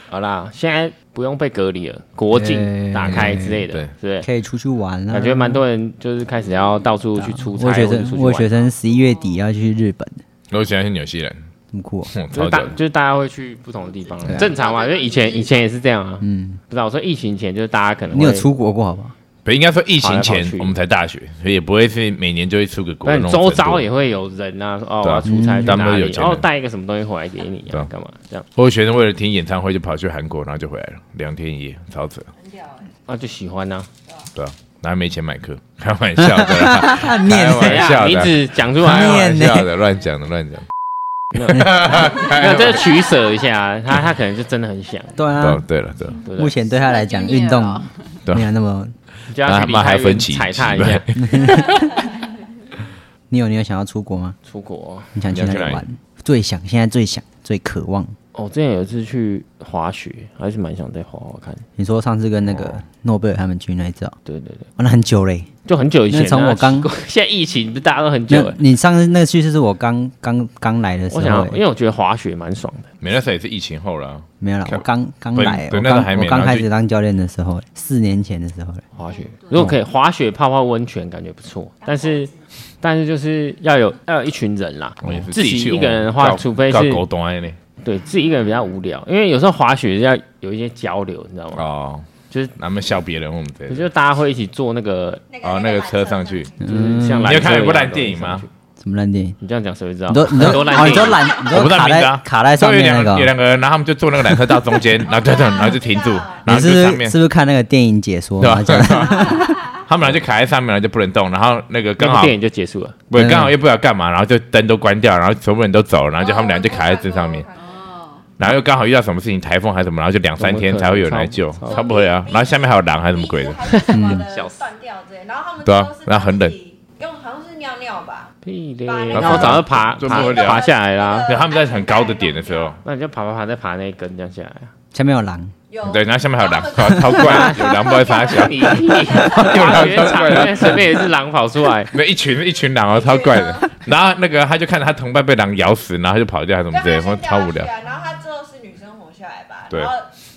Speaker 2: 好啦，现在不用被隔离了，国境打开之类的，
Speaker 3: 对
Speaker 2: 对不对？
Speaker 4: 可以出去玩啊。
Speaker 2: 感觉蛮多人就是开始要到处去出差，
Speaker 4: 我有学
Speaker 2: 或者
Speaker 4: 生，
Speaker 2: 出
Speaker 4: 我有
Speaker 2: 去
Speaker 4: 学
Speaker 2: 玩。
Speaker 4: 生十一月底要去日本，
Speaker 3: 我喜欢去纽西兰，
Speaker 4: 这么酷哦。
Speaker 3: 哼
Speaker 2: 就是
Speaker 3: 超
Speaker 2: 大
Speaker 3: 屌的。
Speaker 2: 就是大家会去不同的地方
Speaker 4: 对，啊
Speaker 2: 正常嘛。因为以前以前也是这样啊，嗯，不知道我说疫情前就是大家可能
Speaker 4: 你有
Speaker 2: 会
Speaker 4: 出国过好不好？
Speaker 3: 不应该说疫
Speaker 2: 跑
Speaker 3: 情
Speaker 2: 来跑
Speaker 3: 前
Speaker 2: 去
Speaker 3: 我们才大学，所以也不会是每年就会出个国
Speaker 2: 那
Speaker 3: 的
Speaker 2: 你
Speaker 3: 那种
Speaker 2: 周
Speaker 3: 程度。
Speaker 2: 遭也会有人啊，说哦，我
Speaker 3: 对啊
Speaker 2: 要出差去
Speaker 3: 他们
Speaker 2: 哪
Speaker 3: 都有
Speaker 2: 里，
Speaker 3: 钱
Speaker 2: 然后
Speaker 3: 人
Speaker 2: 带一个什么东西回来给你
Speaker 3: 对
Speaker 2: 啊
Speaker 3: 啊，
Speaker 2: 干嘛这样？
Speaker 3: 我有学生为了听演唱会就跑去韩国，然后就回来了，两天一夜，超扯，
Speaker 2: 那就喜欢呐。
Speaker 3: 对啊，哪没钱买课？ 开玩笑的 啦，
Speaker 4: 念啊
Speaker 3: 开玩笑
Speaker 2: 你
Speaker 3: 的，
Speaker 2: 只讲出
Speaker 3: 开
Speaker 2: 来，啊
Speaker 3: 玩
Speaker 4: 念呢
Speaker 3: 笑的，乱讲的，乱讲。 啊
Speaker 2: 没有，这取舍一下，他他可能就真的很想，
Speaker 4: 对
Speaker 3: 哦
Speaker 4: 啊，，
Speaker 3: 对了，对了，
Speaker 2: 对不
Speaker 4: 目
Speaker 2: 对？
Speaker 4: 前对他来讲，
Speaker 6: 那就
Speaker 4: 运
Speaker 6: 念了
Speaker 4: 动
Speaker 6: 哦
Speaker 3: 对啊
Speaker 4: 没有那么。
Speaker 2: 你就要去
Speaker 3: 那
Speaker 2: 离开
Speaker 3: 那啊还
Speaker 2: 远
Speaker 3: 分歧
Speaker 2: 踩踏一
Speaker 3: 对
Speaker 2: 下，
Speaker 4: 你有你有想要出国吗？
Speaker 2: 出国。
Speaker 4: 你想去哪
Speaker 3: 你要去
Speaker 4: 里
Speaker 3: 哪
Speaker 4: 玩？最想，现在最想，最渴望。
Speaker 2: 哦，之前有一次去滑雪，还是蛮想再滑滑看。
Speaker 4: 你说上次跟那
Speaker 3: 哦
Speaker 4: 个诺贝尔他们去那一次哦，
Speaker 2: 对对对，
Speaker 4: 哦那很久嘞。
Speaker 2: 就很久以前啊。
Speaker 4: 那从我刚
Speaker 2: 奇怪 现在疫情，不是大家都很久
Speaker 4: 那
Speaker 2: 了。
Speaker 4: 你上次那个去是我刚刚刚来的时
Speaker 2: 我
Speaker 4: 候
Speaker 2: 想要，因
Speaker 4: 欸，
Speaker 2: 为我觉得滑雪蛮爽的。
Speaker 3: 没那时候也是疫情后
Speaker 2: 哦
Speaker 3: 啦，
Speaker 4: 没有了，我刚刚
Speaker 3: 本
Speaker 4: 来，
Speaker 3: 本
Speaker 4: 我
Speaker 3: 那时候
Speaker 4: 刚
Speaker 3: 还没
Speaker 4: 我刚
Speaker 3: 然后
Speaker 4: 开
Speaker 3: 就
Speaker 4: 始当教练的时候欸，四年前的时候欸，
Speaker 2: 滑雪如果可以滑雪泡泡温泉，感觉不错。但是但是就是要有要有一群人啦
Speaker 3: 我也是，
Speaker 2: 自己
Speaker 3: 去
Speaker 2: 一个人的话，
Speaker 3: 到
Speaker 2: 除非
Speaker 3: 到
Speaker 2: 是
Speaker 3: 高端呢。
Speaker 2: 对自己一个人比较无聊，因为有时候滑雪要有一些交流，你知道吗？
Speaker 3: 哦，
Speaker 2: 就是
Speaker 3: 他们笑别人，我们这
Speaker 4: 哦
Speaker 2: 可。是就大家会一起坐那个，
Speaker 3: 哦，那个车上去，嗯
Speaker 2: 就是像
Speaker 3: 你有看
Speaker 2: 车
Speaker 3: 有过
Speaker 2: 一样
Speaker 3: 烂电影
Speaker 2: 的
Speaker 3: 吗
Speaker 2: 东西上去？
Speaker 4: 什么烂电影？
Speaker 2: 你这样讲谁会知道？
Speaker 4: 你都你
Speaker 2: 很
Speaker 4: 都
Speaker 2: 多
Speaker 4: 哦，
Speaker 2: 烂
Speaker 4: 你都
Speaker 2: 电影。
Speaker 4: 懒，你
Speaker 3: 我不
Speaker 4: 都
Speaker 3: 知道
Speaker 4: 卡
Speaker 3: 名字
Speaker 4: 在
Speaker 3: 啊，
Speaker 4: 卡在上面那
Speaker 3: 有两有
Speaker 4: 个哦。
Speaker 3: 两个人，然后他们就坐那个缆车到中 间，然后就这样然后就停住，然
Speaker 4: 你
Speaker 3: 后
Speaker 4: 是
Speaker 3: 就
Speaker 4: 不
Speaker 3: 上
Speaker 4: 是
Speaker 3: 面
Speaker 4: 是不是看那个电影解说？
Speaker 3: 对
Speaker 4: 然
Speaker 3: 啊
Speaker 4: 后讲
Speaker 3: 他们俩就卡在上面，然后就不能动，然后那个
Speaker 2: 那
Speaker 3: 刚
Speaker 2: 部
Speaker 3: 好
Speaker 2: 电影就结束了，
Speaker 3: 不是
Speaker 4: 嗯
Speaker 3: 刚好又不知道干嘛，然后就灯都关掉，然后全部人都走了，然后就他们俩就卡在这上面，
Speaker 5: 哦
Speaker 6: 哦
Speaker 3: 然后又刚好遇到什么事情，台风还是什么，然后就两三天才会有人来救，
Speaker 2: 超
Speaker 3: 差不多啊。然后下面还有狼还是什么鬼的，
Speaker 4: 嗯
Speaker 5: 的，
Speaker 2: 笑
Speaker 5: 笑
Speaker 2: 死
Speaker 5: 断掉之类，然后他们
Speaker 3: 对啊
Speaker 5: 都是
Speaker 3: 那很冷
Speaker 5: 自己用好像是尿尿吧，
Speaker 2: 屁嘞！
Speaker 5: 把那
Speaker 2: 那
Speaker 5: 个
Speaker 2: 我早就爬
Speaker 3: 就
Speaker 2: 爬
Speaker 3: 不会聊
Speaker 2: 爬下来啦，
Speaker 3: 对，他们在很高的点的时候，
Speaker 2: 那你就爬爬爬再爬那一根这样下来啊。
Speaker 4: 下面有狼，
Speaker 5: 有
Speaker 3: 对，然后下面还有狼，超超怪，有狼不知道啥小，
Speaker 2: 你滑雪场里面随便也是狼跑出来，
Speaker 3: 那一群一群狼哦，超怪的。然后那个他就看着他同伴被狼咬死，然后他就跑掉还是什么之类
Speaker 5: 对，
Speaker 3: 的，我超无聊。
Speaker 5: 啊然后他最后是女生活下来吧，
Speaker 3: 对
Speaker 5: 然后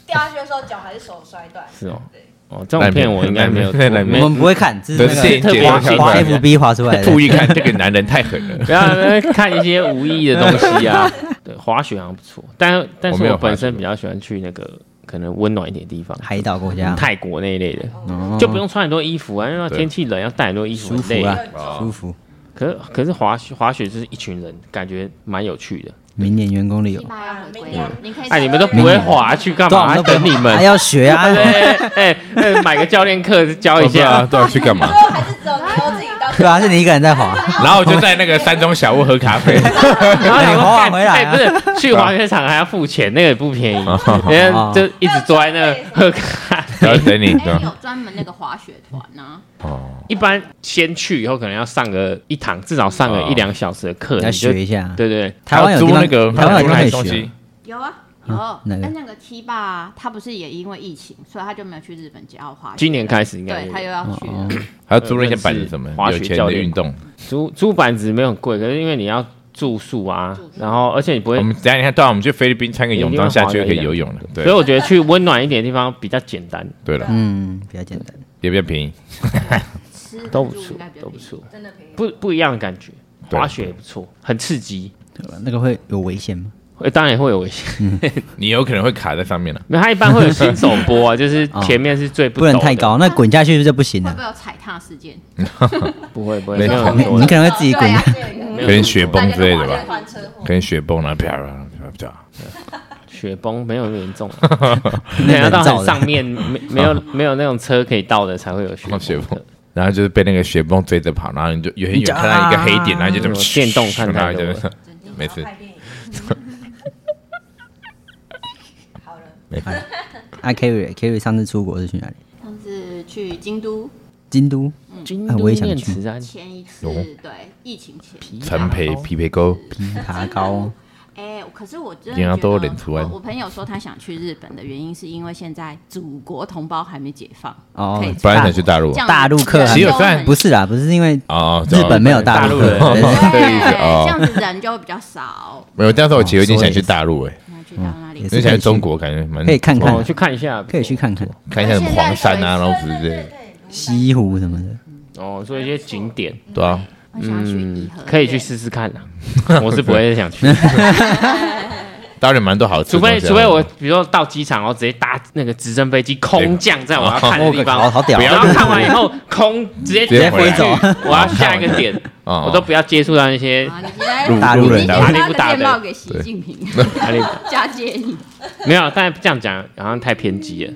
Speaker 5: 掉下去的时候脚还是手摔断，
Speaker 2: 是哦
Speaker 5: 对，
Speaker 2: 哦，这种片我应该没有做，
Speaker 3: 那那
Speaker 4: 我
Speaker 2: 没
Speaker 4: 们不会看，这
Speaker 3: 这
Speaker 4: 是那
Speaker 3: 是
Speaker 4: 个
Speaker 3: 电影
Speaker 2: 特
Speaker 3: 解
Speaker 2: 别
Speaker 3: 说
Speaker 2: 滑雪
Speaker 3: 跳出来
Speaker 4: 滑
Speaker 3: 的，
Speaker 4: FB 滑出来
Speaker 3: 故
Speaker 4: 的。
Speaker 3: 意看这个男人太 狠了。
Speaker 2: 不要在那看一些无意义的东西啊。对，滑雪好像不错，但但
Speaker 3: 我
Speaker 2: 是
Speaker 3: 没有
Speaker 2: 我本
Speaker 3: 滑
Speaker 2: 身比较喜欢去那个可能温暖一点的地方，
Speaker 4: 海岛国家
Speaker 2: 泰国那一类的，
Speaker 5: 嗯
Speaker 4: 哦
Speaker 2: 就不用穿很多衣服啊，因为
Speaker 3: 对
Speaker 2: 天气冷要带很多衣服，
Speaker 4: 舒
Speaker 2: 很累
Speaker 4: 服啊，
Speaker 3: 哦
Speaker 4: 舒服。
Speaker 2: 可是可是滑雪滑雪就是一群人，感觉蛮有趣的。
Speaker 4: 明年员工旅游
Speaker 6: 一，般要回归
Speaker 5: 嗯
Speaker 6: 了，你可以
Speaker 2: 哎，你们都不会滑去干嘛？
Speaker 4: 啊我们
Speaker 2: 还
Speaker 4: 都不会
Speaker 2: 等你们
Speaker 4: 还？要学啊，
Speaker 2: 哎哎哎，买个教练课教一 下。
Speaker 3: 都要去干嘛？
Speaker 5: 最后还是只有你有自己到
Speaker 4: 对啊，是你一个人在滑，
Speaker 3: 然后我就在那个山中小屋喝咖啡，
Speaker 2: 然后
Speaker 4: 哎
Speaker 2: 想
Speaker 4: 你
Speaker 2: 说
Speaker 4: 滑
Speaker 2: 干
Speaker 4: 完回
Speaker 2: 哎，
Speaker 4: 来
Speaker 2: 不
Speaker 4: 啊，
Speaker 2: 是去滑雪场还要付钱，那个也不便 宜。人
Speaker 4: 啊
Speaker 2: 家就一直坐在那喝咖啡。
Speaker 3: 然后等你，哦对
Speaker 6: 哎，
Speaker 2: 啊
Speaker 3: 吧
Speaker 6: 你有专门那个滑雪团啊呢，
Speaker 2: 一般先去以后，可能要上个一堂，至少上个一两小时的课，你
Speaker 4: 要
Speaker 2: 就
Speaker 4: 学一下。
Speaker 2: 对对，
Speaker 4: 台湾有地
Speaker 3: 租
Speaker 4: 方
Speaker 3: 那个，
Speaker 4: 台湾
Speaker 3: 租
Speaker 4: 有
Speaker 3: 那
Speaker 4: 地方
Speaker 3: 个
Speaker 4: 可
Speaker 3: 东
Speaker 4: 以学
Speaker 3: 西
Speaker 4: 啊，，
Speaker 6: 有啊
Speaker 2: 嗯
Speaker 6: 有，
Speaker 4: 哪个
Speaker 6: 但那个 T 爸他不是也因为疫情，所以他就没有去日本教滑雪，
Speaker 2: 今年开始应该
Speaker 6: 对他又
Speaker 2: 有哦
Speaker 6: 要去了，
Speaker 3: 还要租那些板子什么，
Speaker 2: 滑雪
Speaker 3: 有钱
Speaker 2: 教
Speaker 3: 的
Speaker 2: 练
Speaker 3: 运动。
Speaker 2: 租租板子没有很贵，可是因为你要住宿啊，然后而且你不会
Speaker 3: 我们等一下你看，到我们去菲律宾穿个泳装下去就可以游泳了，
Speaker 2: 所以
Speaker 3: 嗯对
Speaker 2: 我觉得去温暖一点的地方比较简单，
Speaker 3: 对了，
Speaker 4: 嗯，比较简单。
Speaker 3: 也比较便宜。
Speaker 6: 吃得
Speaker 2: 都不
Speaker 6: 住
Speaker 2: 错
Speaker 6: 应该比，较
Speaker 2: 都不
Speaker 6: 便宜
Speaker 2: 错，
Speaker 5: 真的便宜。
Speaker 2: 不不一样的感觉。
Speaker 3: 对
Speaker 2: 滑雪也不错，很刺激，
Speaker 4: 对吧那个会有危险吗？
Speaker 2: 呃当然也会有危险。
Speaker 3: 你有可能会卡在上面啊了，
Speaker 2: 没有，它一般会有新手坡啊，就是前面是最
Speaker 4: 不
Speaker 2: 陡
Speaker 4: 能
Speaker 2: 的
Speaker 4: 太，高，那滚下去就不行
Speaker 6: 会
Speaker 4: 了
Speaker 6: 不。会有踩踏事件？
Speaker 2: 不会不会，
Speaker 3: 没
Speaker 2: 没
Speaker 3: 有
Speaker 2: 有很
Speaker 4: 你
Speaker 2: 多
Speaker 4: 你
Speaker 2: 的。
Speaker 4: 可能会自己滚
Speaker 6: 对
Speaker 4: 下
Speaker 6: 啊
Speaker 4: 去。，
Speaker 3: 可能雪崩之类的吧，
Speaker 5: 换车祸
Speaker 3: 可，能雪崩然后啪啪啪啪啪。
Speaker 2: 雪崩没有那么严重啊，可能要到很上面，没没有没有那种车可以到的才会有雪崩。
Speaker 3: 雪崩然后就是被那个雪崩追着跑，然后你就远远看到一个黑点，然后就这么
Speaker 2: 电动看太多了
Speaker 3: 然后就没事
Speaker 5: 然后拍电 影。好了，
Speaker 3: 没事。
Speaker 4: 啊，Kerry，Kerry 上次出国是去哪里？
Speaker 6: 上次去京都
Speaker 4: 京都
Speaker 2: 京
Speaker 4: 啊
Speaker 2: 都
Speaker 4: 我也想
Speaker 2: 念
Speaker 4: 去
Speaker 2: 慈庵
Speaker 6: 前一次
Speaker 3: 有，
Speaker 6: 对，疫情前。
Speaker 3: 陈培枇杷膏，
Speaker 4: 琵琶嗯高，哦
Speaker 6: 哎、可是我真的
Speaker 3: 你要
Speaker 6: 觉得
Speaker 3: 多脸出来
Speaker 6: 我我朋友说他想去日本的原因，是因为现在祖国同胞还没解放，
Speaker 4: 哦
Speaker 6: 可以
Speaker 3: 本来
Speaker 6: 出
Speaker 3: 想去大陆
Speaker 6: 这样
Speaker 4: 大陆客
Speaker 6: 人
Speaker 3: 其实有
Speaker 6: 都
Speaker 3: 算
Speaker 6: 很
Speaker 4: 不是啦，不是因为
Speaker 3: 哦，哦
Speaker 4: 日本没有大
Speaker 2: 大
Speaker 4: 陆
Speaker 2: 陆
Speaker 4: 客
Speaker 2: 人
Speaker 4: 对 对对
Speaker 3: 这个意思
Speaker 6: 对，
Speaker 3: 哦
Speaker 6: 这样子人就会比较少。
Speaker 3: 没有，但是我其实有点想去大陆哎，
Speaker 6: 你要去到那里
Speaker 4: 也
Speaker 3: 因为
Speaker 4: 是
Speaker 3: 想
Speaker 4: 可以
Speaker 3: 去
Speaker 4: 去
Speaker 3: 中国，感觉蛮
Speaker 4: 可以看看
Speaker 2: 哦，去看一下，
Speaker 4: 可以去看看
Speaker 3: 看一下什么黄山啊，然后不是之类的，
Speaker 4: 西湖什么的，
Speaker 2: 哦，做一些景点，
Speaker 3: 对啊，
Speaker 6: 我想去颐和园
Speaker 2: 嗯可以去试试看啊。我是不会想去，
Speaker 3: 当然蛮多好吃的
Speaker 2: 除
Speaker 3: 东西
Speaker 2: 非
Speaker 3: 啊，
Speaker 2: 除非我比如说到机场，然后直接搭那个直升飞机空降在我要看的地
Speaker 4: 哦好
Speaker 2: 方，
Speaker 4: 好屌
Speaker 2: 然后看 完以后空直接
Speaker 3: 直接
Speaker 2: 回
Speaker 3: 回
Speaker 2: 去
Speaker 3: 走，
Speaker 2: 我要下一个点，
Speaker 3: 哦，
Speaker 2: 我都不要接触到那些
Speaker 6: 啊，你现在
Speaker 4: 大陆人
Speaker 6: 你
Speaker 3: 大
Speaker 6: 给他
Speaker 2: 人
Speaker 3: 陆
Speaker 2: 哪里
Speaker 6: 个
Speaker 2: 不打的
Speaker 6: 电报给习近平，
Speaker 2: 哪里
Speaker 6: 假借你。
Speaker 2: 没有，但这样讲好像太偏激了。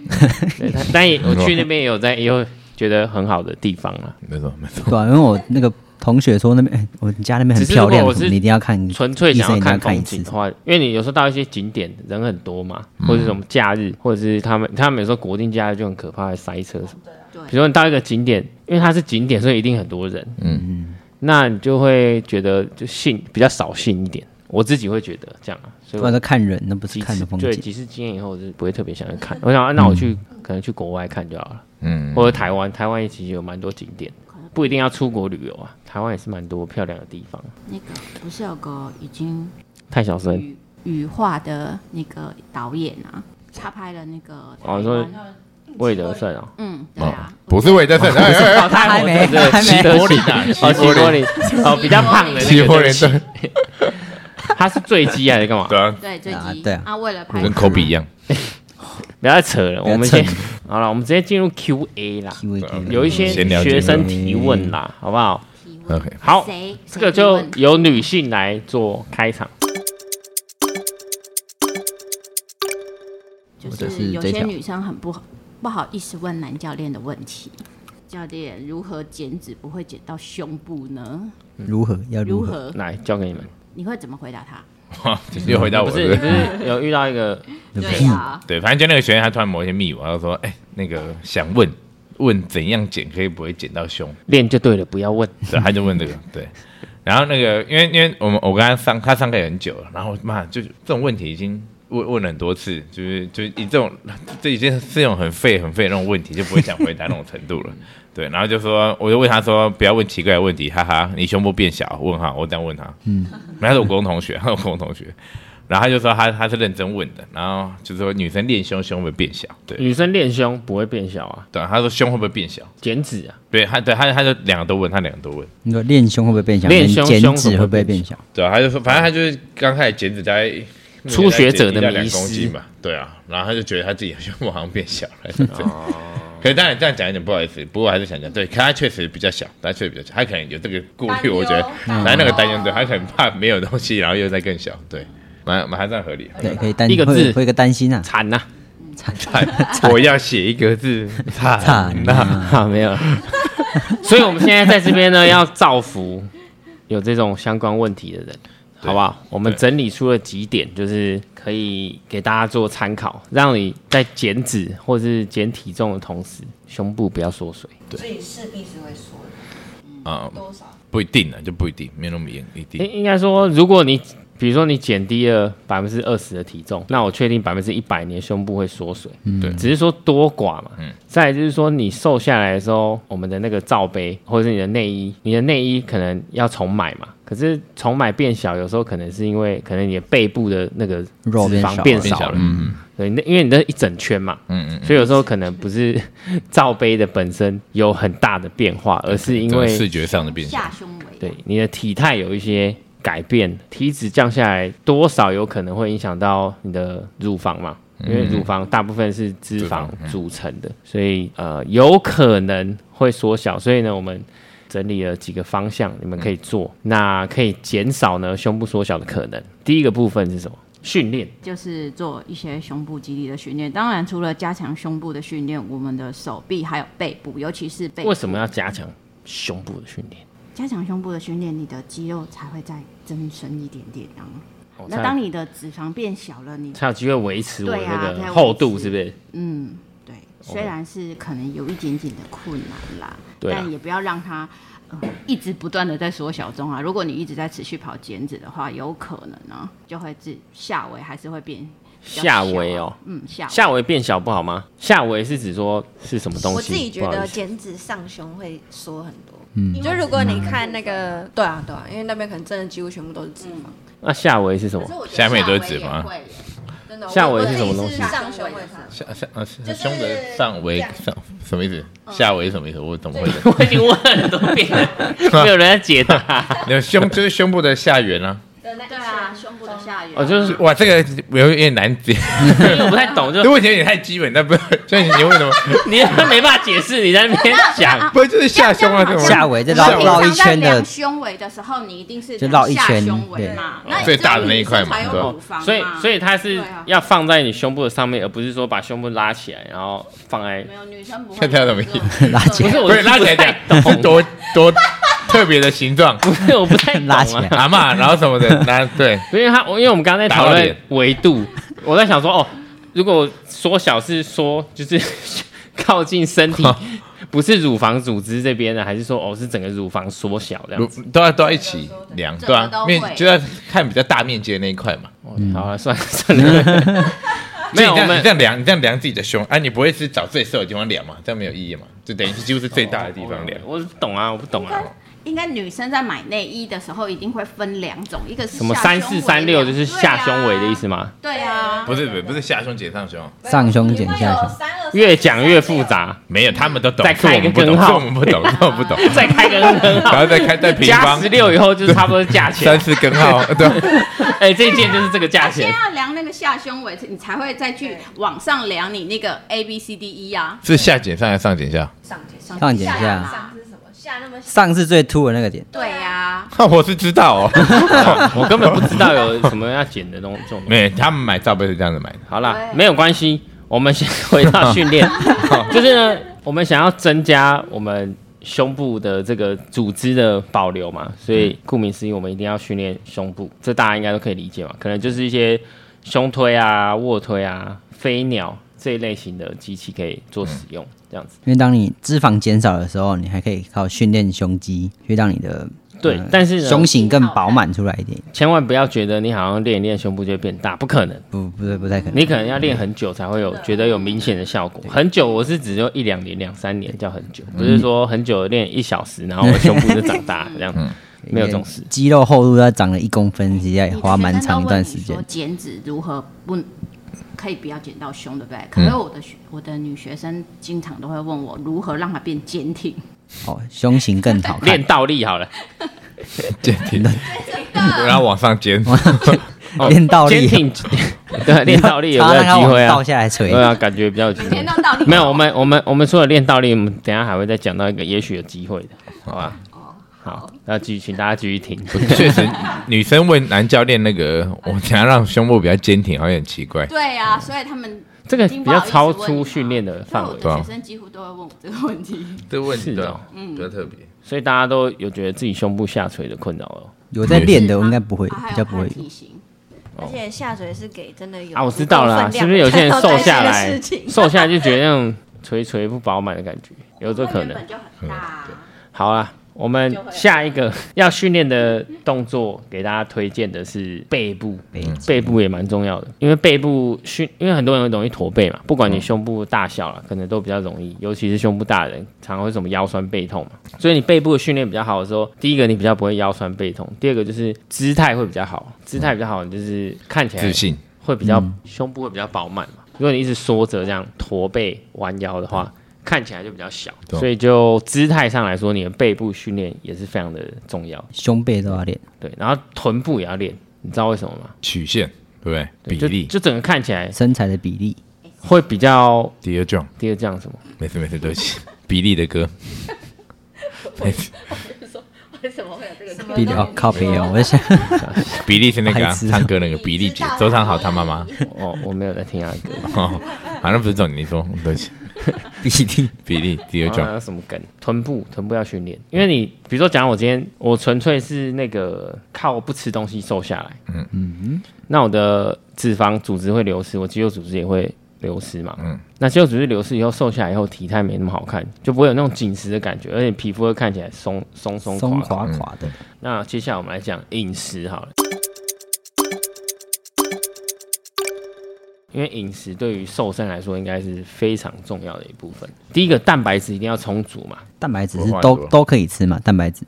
Speaker 2: 对，但但也我去那边也有在，也有觉得很好的地方啦。
Speaker 3: 没错没错，
Speaker 4: 对啊，因为我那个同学说那边，哎，我们家那边很
Speaker 2: 只是
Speaker 4: 漂亮
Speaker 2: 如果，我
Speaker 4: 什么
Speaker 2: 是
Speaker 4: 你一定要看，
Speaker 2: 纯粹
Speaker 4: 医
Speaker 2: 想要
Speaker 4: 生一定要
Speaker 2: 看
Speaker 4: 看一
Speaker 2: 风
Speaker 4: 次嗯
Speaker 2: 景的，话，因为你有时候到一些景点人很多嘛，或者什么假日，或者是他们他们有时候国定假日就很可怕，会塞车什么。
Speaker 6: 对
Speaker 2: 比如说你到一个景点，因为它是景点，所以一定很多人。嗯那你就会觉得就信比较扫兴一点，我自己会觉得这样啊。所以
Speaker 4: 不
Speaker 2: 我
Speaker 4: 然都看人，那不是
Speaker 2: 几
Speaker 4: 看
Speaker 2: 次
Speaker 4: 的风
Speaker 2: 对
Speaker 4: 景。嗯
Speaker 2: 几次经验以后，我是不会特别想去看。我想、啊那我去、可能去国外看就好了，
Speaker 3: 嗯，
Speaker 2: 或者台湾，台湾也其实有蛮多景点，不一定要出国旅游啊，台湾也是蛮多漂亮的地方。
Speaker 6: 那个不是有个已经
Speaker 2: 太小声，
Speaker 6: 羽羽化的那个导演啊，他拍了那个
Speaker 2: 哦，说
Speaker 6: 台湾
Speaker 2: 魏德胜哦，
Speaker 6: 嗯，对啊，
Speaker 3: 不是 魏德胜，哎 哎
Speaker 2: 哦，他
Speaker 4: 还没还没
Speaker 2: 齐柏林啊，哦，
Speaker 3: 齐柏
Speaker 2: 齐
Speaker 3: 林
Speaker 2: 柏林，哦，比较胖的那个，
Speaker 3: 齐柏林
Speaker 2: 对不起他是坠机还是干嘛？
Speaker 3: 对啊，
Speaker 6: 对，最
Speaker 4: 啊
Speaker 6: 近
Speaker 4: 对啊
Speaker 6: 为了拍
Speaker 3: 跟科比一 样，
Speaker 2: 不要再扯了，
Speaker 4: 要
Speaker 2: 我们
Speaker 4: 蹭
Speaker 2: 先好了，我们直接进入 Q&A 啦，
Speaker 4: 因为可能
Speaker 2: 有一些
Speaker 3: 闲聊
Speaker 2: 学生提问啦，好不好？
Speaker 6: 提问
Speaker 3: OK，
Speaker 2: 好，
Speaker 6: 谁
Speaker 2: 这个就由女性来做开场。
Speaker 6: 就
Speaker 4: 或者
Speaker 6: 是
Speaker 4: 是
Speaker 6: 有
Speaker 4: 这
Speaker 6: 些
Speaker 4: 条
Speaker 6: 女生很不好不好意思问男教练的问题。教练如何减脂不会减到胸部呢？
Speaker 4: 如何要
Speaker 6: 如
Speaker 4: 如何？
Speaker 6: 何？
Speaker 2: 来交给你们，
Speaker 6: 你会怎么回答他？
Speaker 3: 又回到我
Speaker 2: 不是
Speaker 3: 这
Speaker 2: 你
Speaker 3: 个
Speaker 2: 不。是有遇到一个
Speaker 4: 嗯
Speaker 6: 对
Speaker 2: 啊
Speaker 6: 啊呀，
Speaker 3: 对，反正就那个学员他突然某一天密我，他就说：“哎、那个想问问怎样减可以不会减到胸
Speaker 2: 练就对了，不要问。？”
Speaker 3: 对，他就问这个。对，然后那个因为因为我们我跟他上他上课也很久了，然后妈就是这种问题已经问问了很多次，就是就是以这种 这已经是这种很废很废的那种问题，就不会想回答那种程度了。对，然后就说我就问他说不要问奇怪的问题，哈哈，你胸部变小？问号，我这样问他， 嗯，然后他是我国中同学，他是我国中同学。然后他就说他他是认真问的，然后就说女生练胸胸会不会变小，对，
Speaker 2: 女生练胸不会变小啊，
Speaker 3: 对，他说胸会不会变小？
Speaker 2: 减脂啊，
Speaker 3: 对，他对他他就两个都问，他两个都问。
Speaker 4: 你说练胸会不会变小？
Speaker 2: 练胸
Speaker 4: 减
Speaker 2: 胸
Speaker 4: 脂
Speaker 2: 会不
Speaker 4: 会不
Speaker 2: 会
Speaker 4: 会
Speaker 2: 变
Speaker 4: 变小？
Speaker 3: 对啊，他就说，反正他就是刚开始减脂大概
Speaker 2: 初学者的迷失
Speaker 3: 一到两公斤吧，对啊，然后他就觉得他自己胸部好像变小 了。哦，可是当然这样讲有点不好意思，不过我还是想讲，对，可他确实比较小，他确实比较小，他可能有这个顾虑，我觉得，
Speaker 5: 担忧
Speaker 3: 来那个担忧，对，他可能怕没有东西，然后又再更小，对，蛮蛮还算合理。
Speaker 4: 对，可以担
Speaker 2: 一个字
Speaker 4: 会会一个担心 啊，
Speaker 2: 惨呐、
Speaker 3: 我要写一个 字，
Speaker 4: 惨
Speaker 3: 惨
Speaker 4: 啊
Speaker 3: 呐，
Speaker 2: 啊，没有。 所以我们现在在这边呢，要造福有这种相关问题的人，好不好？我们整理出了几点，就是可以给大家做参考，让你在减脂或是减体重的同时，胸部不要缩水。
Speaker 5: 所以势必是会说的
Speaker 3: 啊，
Speaker 5: 多少？
Speaker 3: 不一定啊，就不一定，没有那么严，一定。
Speaker 2: 应应该说，如果你比如说你减低了百分之二十的体重，那我确定百分之一百你的胸部会缩水，
Speaker 3: 对
Speaker 2: 只是说多寡嘛。再来就是说你瘦下来的时候，我们的那个罩杯或者是你的内衣，你的内衣可能要重买嘛。可是重买变小，有时候可能是因为可能你的背部的那个
Speaker 4: 肉
Speaker 2: 脂
Speaker 4: 变
Speaker 2: 肪
Speaker 4: 少
Speaker 2: 变
Speaker 4: 了
Speaker 2: 少了，
Speaker 3: 嗯，
Speaker 2: 对，那因为你那一整圈嘛，嗯嗯，所以有时候可能不是 罩杯的本身有很大的变化，而是因为
Speaker 3: 视觉上的变小，
Speaker 6: 下胸围。
Speaker 2: 对你的体态有一些改变，体脂降下来多少有可能会影响到你的乳房嘛？因为乳房大部分是脂肪组成的，所以呃有可能会缩小。所以呢，我们整理了几个方向，你们可以做，那可以减少呢胸部缩小的可能。第一个部分是什么？训练。
Speaker 6: 就是做一些胸部肌力的训练。当然，除了加强胸部的训练，我们的手臂还有背部，尤其是背部
Speaker 2: 为什么要加强胸部的训练？
Speaker 6: 加强胸部的训练，你的肌肉才会再增生一点点啊。
Speaker 2: 哦
Speaker 6: 那当你的脂肪变小了，你
Speaker 2: 才有机会维持我
Speaker 6: 对啊才
Speaker 2: 那个
Speaker 6: 有
Speaker 2: 厚度，
Speaker 6: 维持
Speaker 2: 是不是？
Speaker 6: 嗯，对，虽然是可能有一点点的困难啦，
Speaker 2: 对啊
Speaker 6: 但也不要让它、呃、一直不断的在缩小中啊。如果你一直在持续跑减脂的话，有可能呢、就会自下围还是会变、比较
Speaker 2: 下
Speaker 6: 小啊
Speaker 2: 围哦，
Speaker 6: 嗯，下围
Speaker 2: 下围变小不好吗？下围是指说是什么东西？
Speaker 5: 我自己觉
Speaker 2: 不好
Speaker 5: 得
Speaker 2: 意思
Speaker 5: 减脂上胸会缩很多。嗯，就如果你看那个，对啊对啊，因为那边可能真的几乎全部都是脂肪，
Speaker 2: 那下围是什么
Speaker 6: 可？是我觉得
Speaker 3: 下面都
Speaker 6: 围
Speaker 3: 是脂
Speaker 6: 也
Speaker 3: 肪
Speaker 6: 会耶
Speaker 5: 真的。
Speaker 2: 下围
Speaker 5: 我
Speaker 2: 是什么东西
Speaker 5: 我自己是上胸会上，
Speaker 3: 下下啊
Speaker 5: 就是
Speaker 3: 下胸的上围
Speaker 5: 这样
Speaker 3: 上什么意思？下围什么意思？我怎么会的？
Speaker 2: 我已经问很多遍了， 没有人在解 答。
Speaker 3: 你的胸就是胸部的下缘啊。
Speaker 6: 对啊，胸部的下缘
Speaker 2: 我就是
Speaker 3: 哇，这个有点难 解，
Speaker 2: 因为我不太懂，就
Speaker 3: 这问题有点太基本，但不，所以你问什么？
Speaker 2: 你没办法解释，你在那边 讲。
Speaker 3: 不就是下胸啊？这种
Speaker 4: 下围再
Speaker 6: 然
Speaker 4: 绕
Speaker 6: 后
Speaker 4: 绕一
Speaker 6: 平常在
Speaker 4: 圈的
Speaker 6: 量，胸围的时候，你一定是
Speaker 4: 就绕一
Speaker 6: 量下
Speaker 4: 圈
Speaker 6: 胸围嘛，那
Speaker 3: 最大的那一块嘛
Speaker 6: 嘛，
Speaker 3: 对吧
Speaker 6: 乳房嘛
Speaker 2: 哦所以，所以它是
Speaker 6: 对啊
Speaker 2: 要放在你胸部的上面，而不是说把胸部拉起来，然后放在。
Speaker 6: 没有女生不会
Speaker 3: 看他有什么意思
Speaker 6: 这 种
Speaker 4: 拉 起
Speaker 2: 不
Speaker 4: 来
Speaker 2: 是，我
Speaker 3: 不是拉起来
Speaker 2: 不太
Speaker 3: 讲，是多多特别的形状，
Speaker 2: 不是，我不太懂啊
Speaker 4: 拉起来
Speaker 3: 蛤蟆，然后什么的，那对，
Speaker 2: 因为他，因为我们刚刚在讨
Speaker 3: 打到
Speaker 2: 论
Speaker 3: 脸
Speaker 2: 维度， 我在想说，哦，如果缩小是说就是 靠近身体， 不是乳房组织这边的，还是说哦是整个乳房缩小这样子？
Speaker 3: 都要都要一起量，
Speaker 6: 这
Speaker 3: 对
Speaker 6: 个
Speaker 3: 啊，
Speaker 6: 都会
Speaker 3: 面就要看比较大面积的那一块嘛。
Speaker 2: 好啊，算了 算 了，没有我
Speaker 3: 所以嗯你这样你
Speaker 2: 们
Speaker 3: 这样量，你这样量自己的胸，啊，你不会是找最瘦的地方量嘛？这样没有意义嘛？就等于是几乎是最大的地方量。
Speaker 2: 我不懂啊，我不懂啊，
Speaker 6: 应该女生在买内衣的时候一定会分两种，一个是
Speaker 2: 什么
Speaker 6: 下
Speaker 2: 三
Speaker 6: 胸
Speaker 2: 四
Speaker 6: 围
Speaker 2: 三六就是
Speaker 6: 对啊
Speaker 2: 下胸围的意思吗？
Speaker 6: 对啊，
Speaker 3: 不是不是不是下胸减上胸，
Speaker 4: 上胸减下胸，
Speaker 2: 越讲越复。 杂，
Speaker 3: 没有，他们都懂，
Speaker 2: 再
Speaker 3: 是
Speaker 2: 开一
Speaker 3: 我
Speaker 2: 个
Speaker 3: 们不懂，
Speaker 2: 根
Speaker 3: 是
Speaker 2: 号
Speaker 3: 我们不懂，是我们不 懂。
Speaker 2: 再开个根
Speaker 3: 然
Speaker 2: 号，
Speaker 3: 后再开再平
Speaker 2: 加
Speaker 3: 方
Speaker 2: 十六以后就是差不多价钱
Speaker 3: 三，四根号，对，
Speaker 2: 哎，这一件就是这个价
Speaker 6: 先
Speaker 2: 钱，
Speaker 6: 要量那个下胸围，你才会再去往上量你那个 A B C D E 啊。
Speaker 3: 是下减上还是上减下？
Speaker 5: 上减下
Speaker 4: 上减
Speaker 6: 下
Speaker 4: 下，
Speaker 5: 上是什么？下那么小，
Speaker 4: 上是最凸的那个点，
Speaker 6: 对啊
Speaker 4: 啊
Speaker 6: 呀、
Speaker 3: 我是知道 哦，
Speaker 2: 我根本不知道有什么要减的东这种东西。
Speaker 3: 没有，他们买罩杯是这样子买 的。
Speaker 2: 好啦，没有关系，我们先回到训练，就是呢，我们想要增加我们胸部的这个组织的保留嘛，所以顾名思义，我们一定要训练胸部，这大家应该都可以理解嘛，可能就是一些胸推啊、卧推啊、飞鸟这一类型的机器可以做使用，这样子。
Speaker 4: 因为当你脂肪减少的时候，你还可以靠训练胸肌，去让你的
Speaker 2: 对
Speaker 4: 呃
Speaker 2: 但是呢
Speaker 4: 胸型更饱满出来一点，
Speaker 2: 千万不要觉得你好像练一练胸部就会变大，不可能。
Speaker 4: 不不对，不太可能。
Speaker 2: 你可能要练很久才会有
Speaker 4: 啊
Speaker 2: 觉得有明显的效果。很久，我是指就一两年、两三年叫很久，
Speaker 4: 嗯
Speaker 2: 不是说很久练一小时，然后我胸部就长大了这样，
Speaker 4: 嗯
Speaker 2: 没有这种事。
Speaker 4: 肌肉厚度要长了一公分，其实也
Speaker 6: 你
Speaker 4: 花蛮长一段
Speaker 6: 学
Speaker 4: 时
Speaker 6: 生都问你说
Speaker 4: 间。
Speaker 6: 减脂如何不可以不要减到胸，对不对？可是我的学我的女学生经常都会问我如何让它变坚挺。
Speaker 4: 哦，胸型更好 看
Speaker 2: 练。倒立好了，
Speaker 3: 坚挺，然后往上尖，
Speaker 2: 哦
Speaker 4: 练倒立
Speaker 2: 肩挺， 对，练倒 立有没有
Speaker 4: 他让
Speaker 2: 机
Speaker 4: 他
Speaker 2: 会
Speaker 4: 往
Speaker 2: 啊
Speaker 4: 倒？下来捶
Speaker 2: 对，啊，感觉比较有机
Speaker 4: 嗯
Speaker 6: 每天
Speaker 2: 会。
Speaker 6: 都到底
Speaker 2: 没有，我们我们我们除了练倒立，我们等一下还会再讲到一个也许有机会的，
Speaker 4: 哦
Speaker 2: 好吧？好，那继续，请大家继续听。
Speaker 3: 确实，女生问男教练那个，我想要让胸部比较坚挺，好像很奇怪。
Speaker 6: 对呀、所以他们
Speaker 2: 这个
Speaker 6: 已
Speaker 2: 比
Speaker 6: 经
Speaker 2: 较
Speaker 6: 不好
Speaker 2: 超
Speaker 6: 意思问你
Speaker 2: 出
Speaker 6: 嘛
Speaker 2: 训练的
Speaker 6: 所以
Speaker 2: 范围
Speaker 6: 我，
Speaker 4: 啊
Speaker 6: 的学生几乎都会问我这个问题。
Speaker 3: 这个问
Speaker 2: 是哦的，
Speaker 3: 嗯，比较特别。
Speaker 2: 所以大家都有觉得自己胸部下垂的困扰了。
Speaker 4: 有在练的，我应该不会，
Speaker 6: 啊还
Speaker 4: 比
Speaker 6: 有
Speaker 4: 较不会
Speaker 6: 看。体型，
Speaker 5: 而且下垂是给真的有
Speaker 2: 哦啊，我知道啦，是不是有些人瘦下来， 瘦下来就觉得那种垂垂不饱满的感觉，有这可
Speaker 6: 原
Speaker 2: 能
Speaker 6: 本。就很大、啊，
Speaker 2: 好啦，我们下一个要训练的动作，给大家推荐的是背部，
Speaker 3: 嗯
Speaker 2: 背部也蛮重要的，因为背部训，因为很多人容易驼背嘛，不管
Speaker 3: 嗯
Speaker 2: 你胸部大小啦，可能都比较容易，尤其是胸部大的人，常会什么腰酸背痛嘛，所以你背部的训练比较好的时候，第一个你比较不会腰酸背痛，第二个就是姿态会比较好，姿态比较好，你就是看起来
Speaker 3: 嗯自信，
Speaker 2: 会比
Speaker 3: 嗯
Speaker 2: 较、胸部会比较饱满嘛。如果你一直缩着这样驼背弯腰的
Speaker 3: 嗯
Speaker 2: 话，看起来就比较小，
Speaker 3: 懂
Speaker 2: 所以就姿态上来说，你的背部训练也是非常的重要。
Speaker 4: 胸背都要练，
Speaker 2: 对，然后臀部也要练，你知道为什么吗？
Speaker 3: 曲线，对不
Speaker 2: 对
Speaker 3: 对？比例，
Speaker 2: 就就整个看起来
Speaker 4: 身材的比例。
Speaker 2: 会比较
Speaker 3: 第二种，
Speaker 2: 第二这样什么？
Speaker 3: 没事没事，对不 起，比例的歌，没事
Speaker 4: 比例哦，靠背哦，我在想，
Speaker 3: 比例是那个啊
Speaker 4: 白痴哦
Speaker 3: 唱歌那个比例姐，周汤豪他妈妈，
Speaker 2: 哦，我没有在听阿哥，
Speaker 3: 哦，好像不是重点，你说，对不起，
Speaker 4: 比例
Speaker 3: 比例第二
Speaker 2: 然后还
Speaker 3: 种，嗯
Speaker 2: 有什么梗？臀部，臀部要训练，因为你比如说，假如我今天我纯粹是那个靠不吃东西瘦下来，嗯嗯，那我的脂肪组织会流失，我肌肉组织也会流失嘛。
Speaker 3: 嗯
Speaker 2: 嗯，那肌肉组织流失以后，瘦下来以后体态没那么好看，就不会有那种紧实的感觉，而且皮肤会看起来松松松垮嗯
Speaker 4: 松
Speaker 2: 垮。
Speaker 4: 垮垮的。
Speaker 2: 那接下来我们来讲饮食好了，因为饮食对于瘦身来说应该是非常重要的一部分。第一个，蛋白质一定要充足嘛。
Speaker 4: 蛋白质
Speaker 3: 不
Speaker 4: 是
Speaker 3: 会
Speaker 4: 都
Speaker 3: 不会
Speaker 4: 都可以吃嘛？蛋白质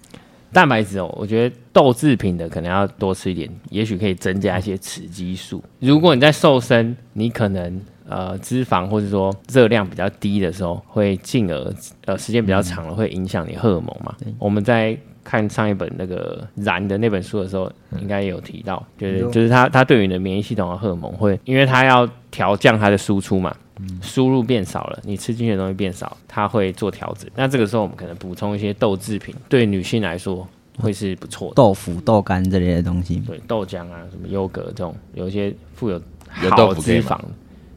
Speaker 2: 蛋白质哦，我觉得豆制品的可能要多吃一点，也许可以增加一些雌激素。如果你在瘦身，你可能呃脂肪或者说热量比较低的时候，会进而呃时间
Speaker 3: 嗯
Speaker 2: 比较长了，会影响你荷尔蒙嘛。我们在看上一本那个燃的那本书的时候，
Speaker 3: 嗯
Speaker 2: 应该也有提到，就是就是它它对于你的免疫系统的荷尔蒙会，因为它要调降它的输出嘛，
Speaker 3: 嗯
Speaker 2: 输入变少了，你吃进去的东西变少，它会做调整。那这个时候我们可能补充一些豆制品，对女性来说会是不错的。
Speaker 4: 豆
Speaker 6: 嗯
Speaker 4: 腐、豆干这类的东西，
Speaker 2: 对豆浆啊，什么优格这种，有一些富有
Speaker 3: 油
Speaker 2: 好
Speaker 3: 豆腐可以
Speaker 2: 脂
Speaker 3: 吗
Speaker 2: 肪，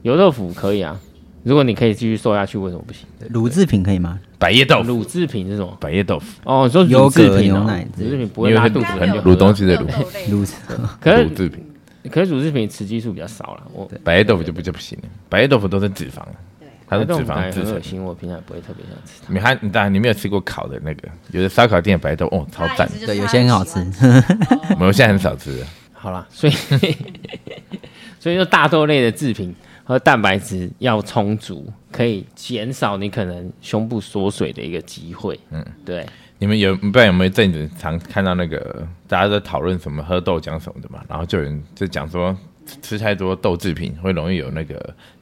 Speaker 2: 油豆腐可以啊。如果你可以继续瘦下去，为什么不行？
Speaker 4: 乳制品可以吗？
Speaker 3: 百叶豆腐，
Speaker 2: 乳制品这种
Speaker 3: 百叶豆腐，
Speaker 2: 哦，你说
Speaker 4: 优
Speaker 2: 乳
Speaker 4: 格
Speaker 2: 制品
Speaker 4: 牛
Speaker 2: 哦
Speaker 4: 奶，之类
Speaker 2: 乳
Speaker 4: 的
Speaker 2: 制品不会拉肚子
Speaker 5: 应该
Speaker 2: 很
Speaker 5: 没
Speaker 2: 久。
Speaker 5: 有
Speaker 3: 卤东西的卤，
Speaker 5: 豆类
Speaker 4: 乳制
Speaker 2: 可
Speaker 3: 卤
Speaker 2: 是
Speaker 3: 制品，
Speaker 2: 可是乳制品雌激素比较少了，我
Speaker 3: 百叶豆腐就不就不行了，百叶豆腐都是脂肪，它是
Speaker 2: 这
Speaker 3: 脂
Speaker 2: 种感
Speaker 3: 肪
Speaker 2: 觉很
Speaker 3: 制成
Speaker 2: 恶
Speaker 3: 的。
Speaker 2: 心，我平常也不会特别想吃它。
Speaker 3: 你还你当然你没有吃过烤的那个，有的烧烤店的白豆腐哦，超赞。
Speaker 4: 对，有些很好吃。
Speaker 3: 我们现在很少吃了，
Speaker 2: 好啦，所以 所以说大豆类的制品和蛋白质要充足，可以减少你可能胸部缩水的一个机会。嗯，对，
Speaker 3: 你们有不知道有没有一阵子常看到那个大家在讨论什么喝豆浆什么的嘛，然后就有人就讲说吃太多豆制品会容易有那个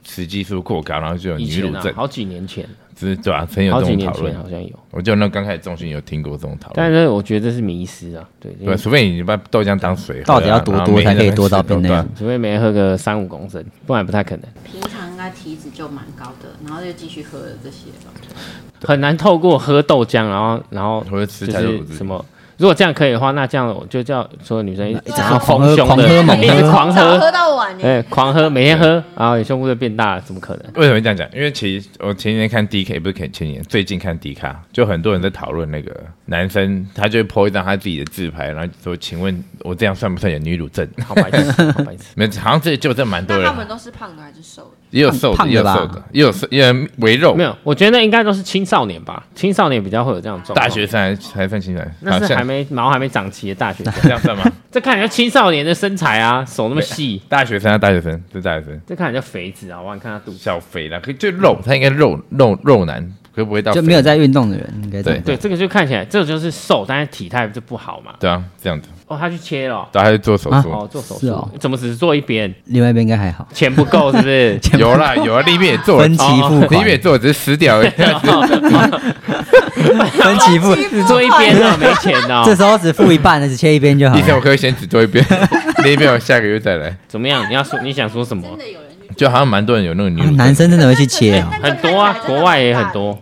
Speaker 3: 雌激素过高，然后就有
Speaker 2: 以
Speaker 3: 女乳
Speaker 2: 前啊
Speaker 3: 症，，
Speaker 2: 好几年前，
Speaker 3: 是对啊，曾有
Speaker 2: 好
Speaker 3: 这
Speaker 2: 几
Speaker 3: 种
Speaker 2: 年
Speaker 3: 讨
Speaker 2: 前
Speaker 3: 论。
Speaker 2: 好像有，
Speaker 3: 我就那刚开始中学有听过这种讨
Speaker 2: 但
Speaker 3: 论，
Speaker 2: 是我觉得这是迷失啊，对，因为
Speaker 3: 对，除非你把豆浆当水喝啊，
Speaker 4: 到底要多
Speaker 3: 然后
Speaker 4: 多
Speaker 3: 每
Speaker 4: 才
Speaker 3: 天
Speaker 4: 可以
Speaker 3: 在
Speaker 4: 多到
Speaker 3: 吃豆
Speaker 4: 冰那
Speaker 3: 对啊
Speaker 4: 样
Speaker 2: 除非没喝个三五公升，不然不太可能，
Speaker 6: 平常应该体脂就蛮高的，然后就继续喝了这些吧。
Speaker 2: 很难透过喝豆浆，然后然后
Speaker 3: 或者吃
Speaker 2: 就
Speaker 3: 太多乳
Speaker 2: 是
Speaker 3: 制品
Speaker 2: 什么。如果这样可以的话，那这样我就叫所有女生一直
Speaker 4: 一
Speaker 5: 直
Speaker 2: 是
Speaker 4: 狂喝
Speaker 2: 丰胸
Speaker 4: 狂
Speaker 2: 的，
Speaker 4: 喝猛
Speaker 2: 一直
Speaker 4: 喝
Speaker 2: 狂
Speaker 5: 早 喝
Speaker 2: 喝，
Speaker 5: 到晚欸
Speaker 2: 哎、
Speaker 5: 呢，
Speaker 2: 狂喝，每天喝，啊，你胸部就变大了，怎么可 能？
Speaker 3: 为什么会这样讲？因为其实我前几天看 D K，不是前前几年，最近看 D 卡，就很多人在讨论那个男生，他就会 po 一张他自己的自拍，然后说：“请问我这样算不算有女乳症。
Speaker 2: 好白痴，好白痴？”
Speaker 3: 没有，好像这就这蛮多
Speaker 5: 那他们
Speaker 3: 人，
Speaker 5: 都是胖的还是瘦的？
Speaker 3: 也有瘦
Speaker 4: 胖
Speaker 3: 的，也有
Speaker 4: 胖的吧
Speaker 3: 瘦的，也有瘦，也有围肉
Speaker 2: 没。有，我觉得应该都是青少年吧，青少年比较会有这样的状况。
Speaker 3: 大学生还才算清来，好
Speaker 2: 那是还
Speaker 3: 像
Speaker 2: 没毛还没长齐的大学生，
Speaker 3: 这样算 吗？
Speaker 2: 这看起来就青少年的身材啊，手那么细，
Speaker 3: 大学生啊，大学生，这大学生
Speaker 2: 这看起来就肥子啊，我看他肚子。
Speaker 3: 小肥啦，可就肉，他应该肉肉肉男，可不会到
Speaker 4: 就
Speaker 3: 肥
Speaker 4: 没有在运动的人应该这么
Speaker 2: 对，这个就看起来，这个就是瘦，但是体态就不好嘛。
Speaker 3: 对啊，这样子，
Speaker 2: 哦，他去切了哦，
Speaker 3: 大家去做手术，
Speaker 2: 哦，做手
Speaker 4: 是
Speaker 2: 术，
Speaker 4: 哦
Speaker 2: 怎么只是做一边？
Speaker 4: 另外一边应该还好。
Speaker 2: 钱不够是不是？
Speaker 3: 有啦有啊，立面也做了，
Speaker 4: 分期付
Speaker 3: 立
Speaker 4: 款哦
Speaker 3: 面，也做了，只是死掉而 已。
Speaker 4: 分期付，
Speaker 2: 只做一边啊，没钱哦
Speaker 4: 这。时候只付一半，只切一边就好
Speaker 3: 医生，我
Speaker 4: 了。
Speaker 3: 可以先只做一 遍，另一遍我下个月再来。
Speaker 2: 怎么样？你要说你想说什么？
Speaker 3: 就好像蛮多人有那个女
Speaker 4: 啊
Speaker 3: 乳，
Speaker 4: 男，生真的会去 切哦，
Speaker 2: 很多啊，国外也很。多。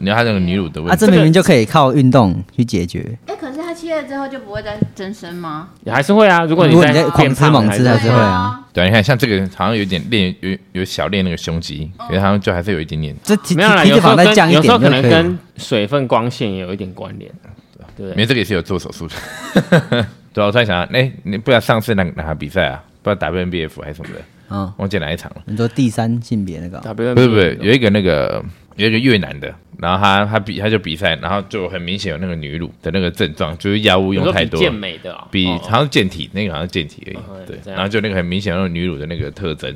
Speaker 3: 你要他那个女乳的
Speaker 4: 啊，
Speaker 3: 问题，
Speaker 4: 这明明就可以靠运动去解决。
Speaker 6: 哎、可是他切了之后就不会再增生吗？
Speaker 2: 也还是会啊，如果你
Speaker 4: 如果
Speaker 2: 在
Speaker 4: 你在狂
Speaker 2: 变
Speaker 4: 吃
Speaker 2: 胖
Speaker 4: 猛吃
Speaker 2: 还
Speaker 4: 还
Speaker 2: 是
Speaker 4: 是会啊。
Speaker 3: 对，你看像这个好像有点练，有有小练那个胸肌，
Speaker 5: 哦
Speaker 3: 可是好像就还是有一点点，
Speaker 4: 这体
Speaker 2: 没有啦，
Speaker 4: 体
Speaker 2: 有
Speaker 4: 脂
Speaker 2: 时候
Speaker 4: 肪再降
Speaker 2: 跟有
Speaker 4: 一
Speaker 2: 时
Speaker 4: 点
Speaker 2: 候
Speaker 4: 就
Speaker 2: 可
Speaker 4: 可以
Speaker 2: 能
Speaker 4: 了。
Speaker 2: 跟水分、光线也有一点关联，对不
Speaker 3: 没
Speaker 2: 对？
Speaker 3: 这个也是有做手术的。 对啊，我突然想到，哎，你不知道上次哪哪场比赛啊？不知道 WNBF 还是什么的，
Speaker 4: 嗯，
Speaker 3: 忘记哪一场了。
Speaker 4: 你说第三性别那个哦，
Speaker 2: 不
Speaker 3: 不是不是，有一个那个有一个越南的，然后他他比他就比赛，然后就很明显有那个女乳的那个症状，就是药物
Speaker 2: 你
Speaker 3: 用
Speaker 2: 说
Speaker 3: 太
Speaker 2: 比
Speaker 3: 多。
Speaker 2: 健美的啊，
Speaker 3: 比
Speaker 2: 哦
Speaker 3: 好像健体，那个好像健体而
Speaker 2: 哦
Speaker 3: 已，对，
Speaker 2: 这样
Speaker 3: 然后就那个很明显那种女乳的那个特征，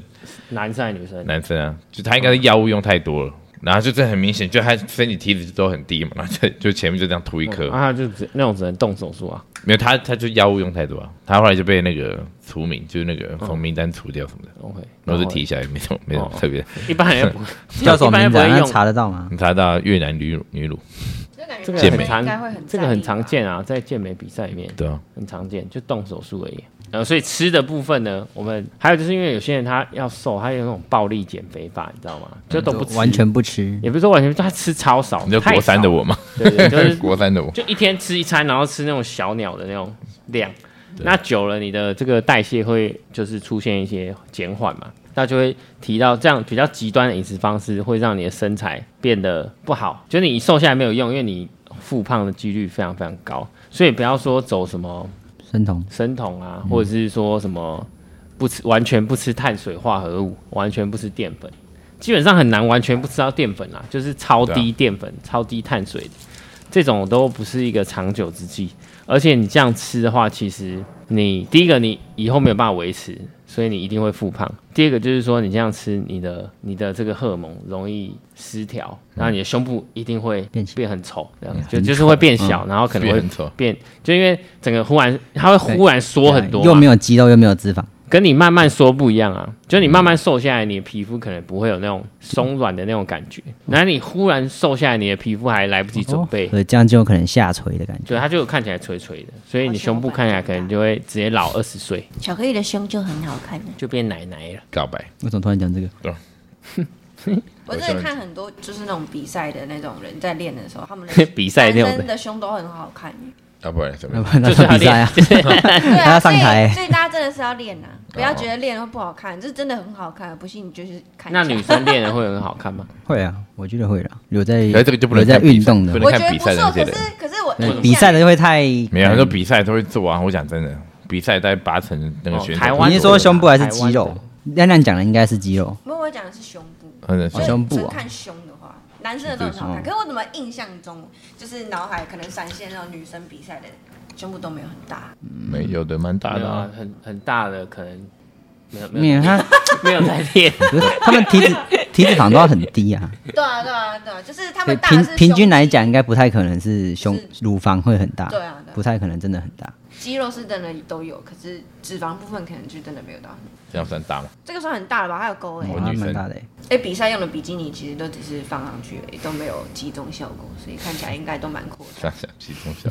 Speaker 2: 男生还是女生，
Speaker 3: 男生啊，就他应该是药物用太多了，然后就这很明显，就他身体体脂都很低嘛，然后就就前面就这样凸一颗，
Speaker 2: 啊，就只那种只能动手术啊。
Speaker 3: 没有他他就药物用太多啊，他后来就被那个除名，就是那个从名单除掉什么的，
Speaker 2: OK，
Speaker 3: 然后就提起来没什么没什么
Speaker 2: 哦
Speaker 3: 特别的，
Speaker 2: 一般 人不
Speaker 4: 叫什么名字啊？
Speaker 2: 一般
Speaker 4: 那
Speaker 2: 人不会
Speaker 4: 查得到吗？
Speaker 2: 哦
Speaker 3: 你查到越南女乳女乳，
Speaker 5: 这
Speaker 2: 这个
Speaker 3: 健美
Speaker 2: 很
Speaker 5: 应该会
Speaker 2: 常，
Speaker 5: 很
Speaker 2: 这个很常。见啊，在健美比赛里面
Speaker 3: 对啊，
Speaker 2: 很常见，就动手术而已。呃，所以吃的部分呢，我们还有就是因为有些人他要瘦，他有那种暴力减肥法，你知道吗？就都不吃
Speaker 4: 嗯完，全不吃，
Speaker 2: 也不是说完全，他吃超少，
Speaker 3: 你知道国三的
Speaker 2: 我，
Speaker 3: 我吗？
Speaker 2: 对对，就是
Speaker 3: 国三的我，
Speaker 2: 就一天吃一餐，然后吃那种小鸟的那种量，那久了你的这个代谢会就是出现一些减缓嘛，那就会提到这样比较极端的饮食方式会让你的身材变得不好，就是你瘦下来没有用，因为你复胖的几率非常非常高，所以不要说走什么
Speaker 4: 生酮
Speaker 2: 生酮
Speaker 4: 嗯
Speaker 2: 啊，或者是说什么不吃完全不吃碳水化合物，完全不吃淀粉，基本上很难完全不吃到淀粉啦，就是超
Speaker 4: 啊
Speaker 2: 低淀粉、超低碳水的这种都不是一个长久之计。而且你这样吃的话，其实你第一个你以后没有办法维持，所以你一定会复胖。第二个就是说你这样吃，你的你的这个荷尔蒙容易失调，然后你的胸部一定会
Speaker 4: 嗯变小嗯
Speaker 2: 变很丑，这样就
Speaker 4: 很
Speaker 2: 就是
Speaker 4: 丑嗯
Speaker 2: 会变小，然后可能
Speaker 3: 变
Speaker 2: 会
Speaker 3: 很丑
Speaker 2: 变，就因为整个忽然它会忽然缩很多嘛，啊
Speaker 4: 又没有肌肉，又没有脂肪，
Speaker 2: 跟你慢慢缩不一样啊，就你慢慢瘦下来，你的皮肤可能不会有那种松软的那种感觉，然后你忽然瘦下来，你的皮肤还来不及准备，
Speaker 4: 所以这样就有可能下垂的感觉。
Speaker 2: 对，它就看起来垂垂的，所以你胸部看起来可能就会直接老二十岁，
Speaker 6: 巧克力的胸就很好看的。
Speaker 2: 就变奶奶了。
Speaker 3: 告白，
Speaker 4: 为什么突然讲这个？
Speaker 5: 我真
Speaker 3: 我
Speaker 5: 的
Speaker 3: 想
Speaker 5: 看很多就是那种比赛的那种人在练的时候，他们 的
Speaker 2: 比赛那种
Speaker 5: 男
Speaker 2: 的
Speaker 5: 生的胸都很好 看。欸
Speaker 3: 要不然什
Speaker 4: 要
Speaker 3: 么？
Speaker 4: 不 然
Speaker 2: 就是
Speaker 4: 那
Speaker 2: 他
Speaker 4: 比赛啊，
Speaker 5: 对
Speaker 4: 他
Speaker 5: 啊，
Speaker 4: 要
Speaker 5: 所
Speaker 4: 上
Speaker 5: 以
Speaker 4: 台欸
Speaker 5: 所以大家真的是要练啊，不
Speaker 2: 哦
Speaker 5: 要觉得练了不好看，这真的很好看，啊不信你就去看一下。
Speaker 2: 那女生练的会很好 看吗？
Speaker 4: 会啊，我觉得会啦。有在
Speaker 3: 哎，这个就不能
Speaker 4: 有在
Speaker 3: 看比
Speaker 4: 运
Speaker 3: 赛
Speaker 4: 动的
Speaker 3: 不，能
Speaker 5: 我觉
Speaker 3: 看
Speaker 5: 得
Speaker 3: 比
Speaker 5: 不
Speaker 3: 赛
Speaker 5: 错
Speaker 3: 那，些
Speaker 5: 可
Speaker 3: 人
Speaker 5: 是。可是我
Speaker 4: 对比赛的会太
Speaker 3: 没有，他说比赛都会做啊。我讲真的，比赛大概八成那个选手，
Speaker 2: 哦台湾
Speaker 4: 你是说胸部还是肌肉？亮亮讲的应该是肌肉，
Speaker 5: 不是我讲的是胸部，
Speaker 3: 嗯
Speaker 4: 哦胸部啊
Speaker 5: 真看胸的话，男生的都很好看。可是我怎么印象中就是脑海可能闪现那种女生比赛的胸部都没有很大，
Speaker 3: 没有的蛮大
Speaker 2: 嗯没有
Speaker 3: 的
Speaker 2: 啊
Speaker 3: 啊，，
Speaker 2: 很很大的可能没有没
Speaker 4: 没
Speaker 2: 有
Speaker 4: 有他，
Speaker 2: 没有在练，
Speaker 4: 不是他们 体脂体脂肪都要很低啊。
Speaker 3: 嗯
Speaker 5: 对啊对啊对啊，就是他
Speaker 4: 对
Speaker 5: 们大的
Speaker 4: 平
Speaker 5: 是胸
Speaker 4: 平均来讲，应该不太可能是胸
Speaker 5: 是
Speaker 4: 乳房会很大，
Speaker 5: 对啊对啊
Speaker 4: 不太可能真的很大。
Speaker 5: 肌肉是真的都有，可是脂肪部分可能就真的没有到。
Speaker 3: 这样算大吗？
Speaker 5: 这个算很大了吧？还有沟哎、
Speaker 3: 我
Speaker 4: 哇
Speaker 3: 女生
Speaker 4: 蛮大的欸，
Speaker 5: 哎、比赛用的比基尼其实都只是放上去而已，都没有集中效果，所以看起来应该都蛮酷的。
Speaker 3: 想想集中小，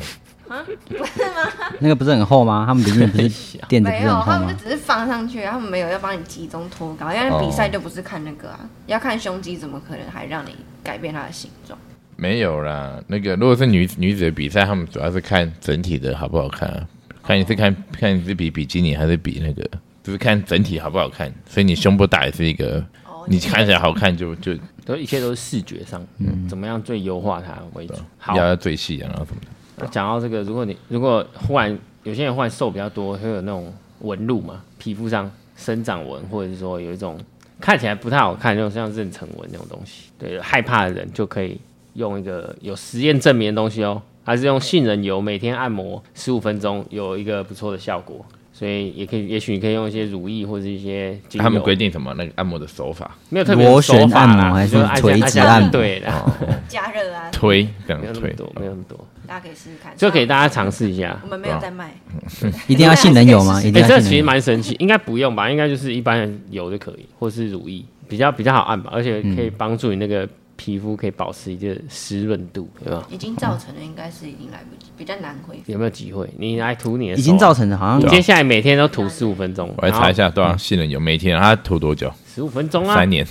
Speaker 4: 那个不是很厚吗？他们比基 尼不是
Speaker 2: 啊
Speaker 4: 垫子不
Speaker 5: 没
Speaker 4: 是
Speaker 5: 有
Speaker 4: 很，
Speaker 5: 他
Speaker 4: 厚
Speaker 5: 们就
Speaker 4: 吗？
Speaker 5: 只是放上去，他们没有要帮你集中脱稿，因为
Speaker 3: 哦
Speaker 5: 比赛就不是看那个啊，要看胸肌，怎么可能还让你改变它的形状？
Speaker 3: 没有啦。那个如果是女女子的比赛，他们主要是看整体的好不好看啊，看你是看看你是比比基尼还是比那个，就是看整体好不好看。所以你胸部大也是一个，
Speaker 2: 哦
Speaker 3: 你看起来好看就就
Speaker 2: 都一切都是视觉上，怎么样最优化它为主。好，
Speaker 3: 要最细啊，然后什么的。
Speaker 2: 那讲到这个，如果你如果忽然有些人忽然瘦比较多，会有那种纹路嘛，皮肤上生长纹，或者是说有一种看起来不太好看，就像妊娠纹那种东西。对，害怕的人就可以用一个有实验证明的东西哦，还是用杏仁油每天按摩十五分钟，有一个不错的效果。所以也可以，也许你可以用一些乳液或者一些精油
Speaker 3: 他们规定什么那个按摩的手法，
Speaker 2: 没有特别的
Speaker 4: 螺
Speaker 2: 手
Speaker 4: 旋
Speaker 2: 法
Speaker 4: 按
Speaker 2: 啦
Speaker 4: 摩还是
Speaker 2: 就是按下
Speaker 4: 垂
Speaker 2: 按
Speaker 4: 直
Speaker 2: 下
Speaker 4: 按
Speaker 2: 就
Speaker 4: 摩哦
Speaker 2: 对啦，
Speaker 5: 加热啊，
Speaker 3: 推这
Speaker 2: 嗯没有
Speaker 3: 样
Speaker 2: 那么
Speaker 3: 推，
Speaker 2: 多，没有那么多，
Speaker 5: 大家可以试试看。
Speaker 2: 就给大家尝试一下
Speaker 5: 我。们
Speaker 3: 啊
Speaker 5: 没有在卖，
Speaker 4: 一定要性能有 吗？
Speaker 5: 对
Speaker 4: 一定
Speaker 2: 哎、
Speaker 4: 要
Speaker 2: 这
Speaker 4: 性
Speaker 2: 其
Speaker 4: 能
Speaker 2: 实
Speaker 4: 有。
Speaker 2: 蛮神奇，应该不用吧？应该就是一般人油就可以，或是乳液比较比较好按吧，而且可以帮助你那个皮肤可以保持一个湿润度，对吧？
Speaker 5: 已经造成了，应该是已经来不及，比较难恢复。
Speaker 2: 有没有机会？你来涂你的手啊、
Speaker 4: 已经造成了，好
Speaker 2: 你
Speaker 4: 像
Speaker 2: 接下来每天都涂十五分钟，
Speaker 3: 我来查一下多少杏仁油，每天啊他涂多久？
Speaker 2: 十五分钟啊
Speaker 3: 三，年，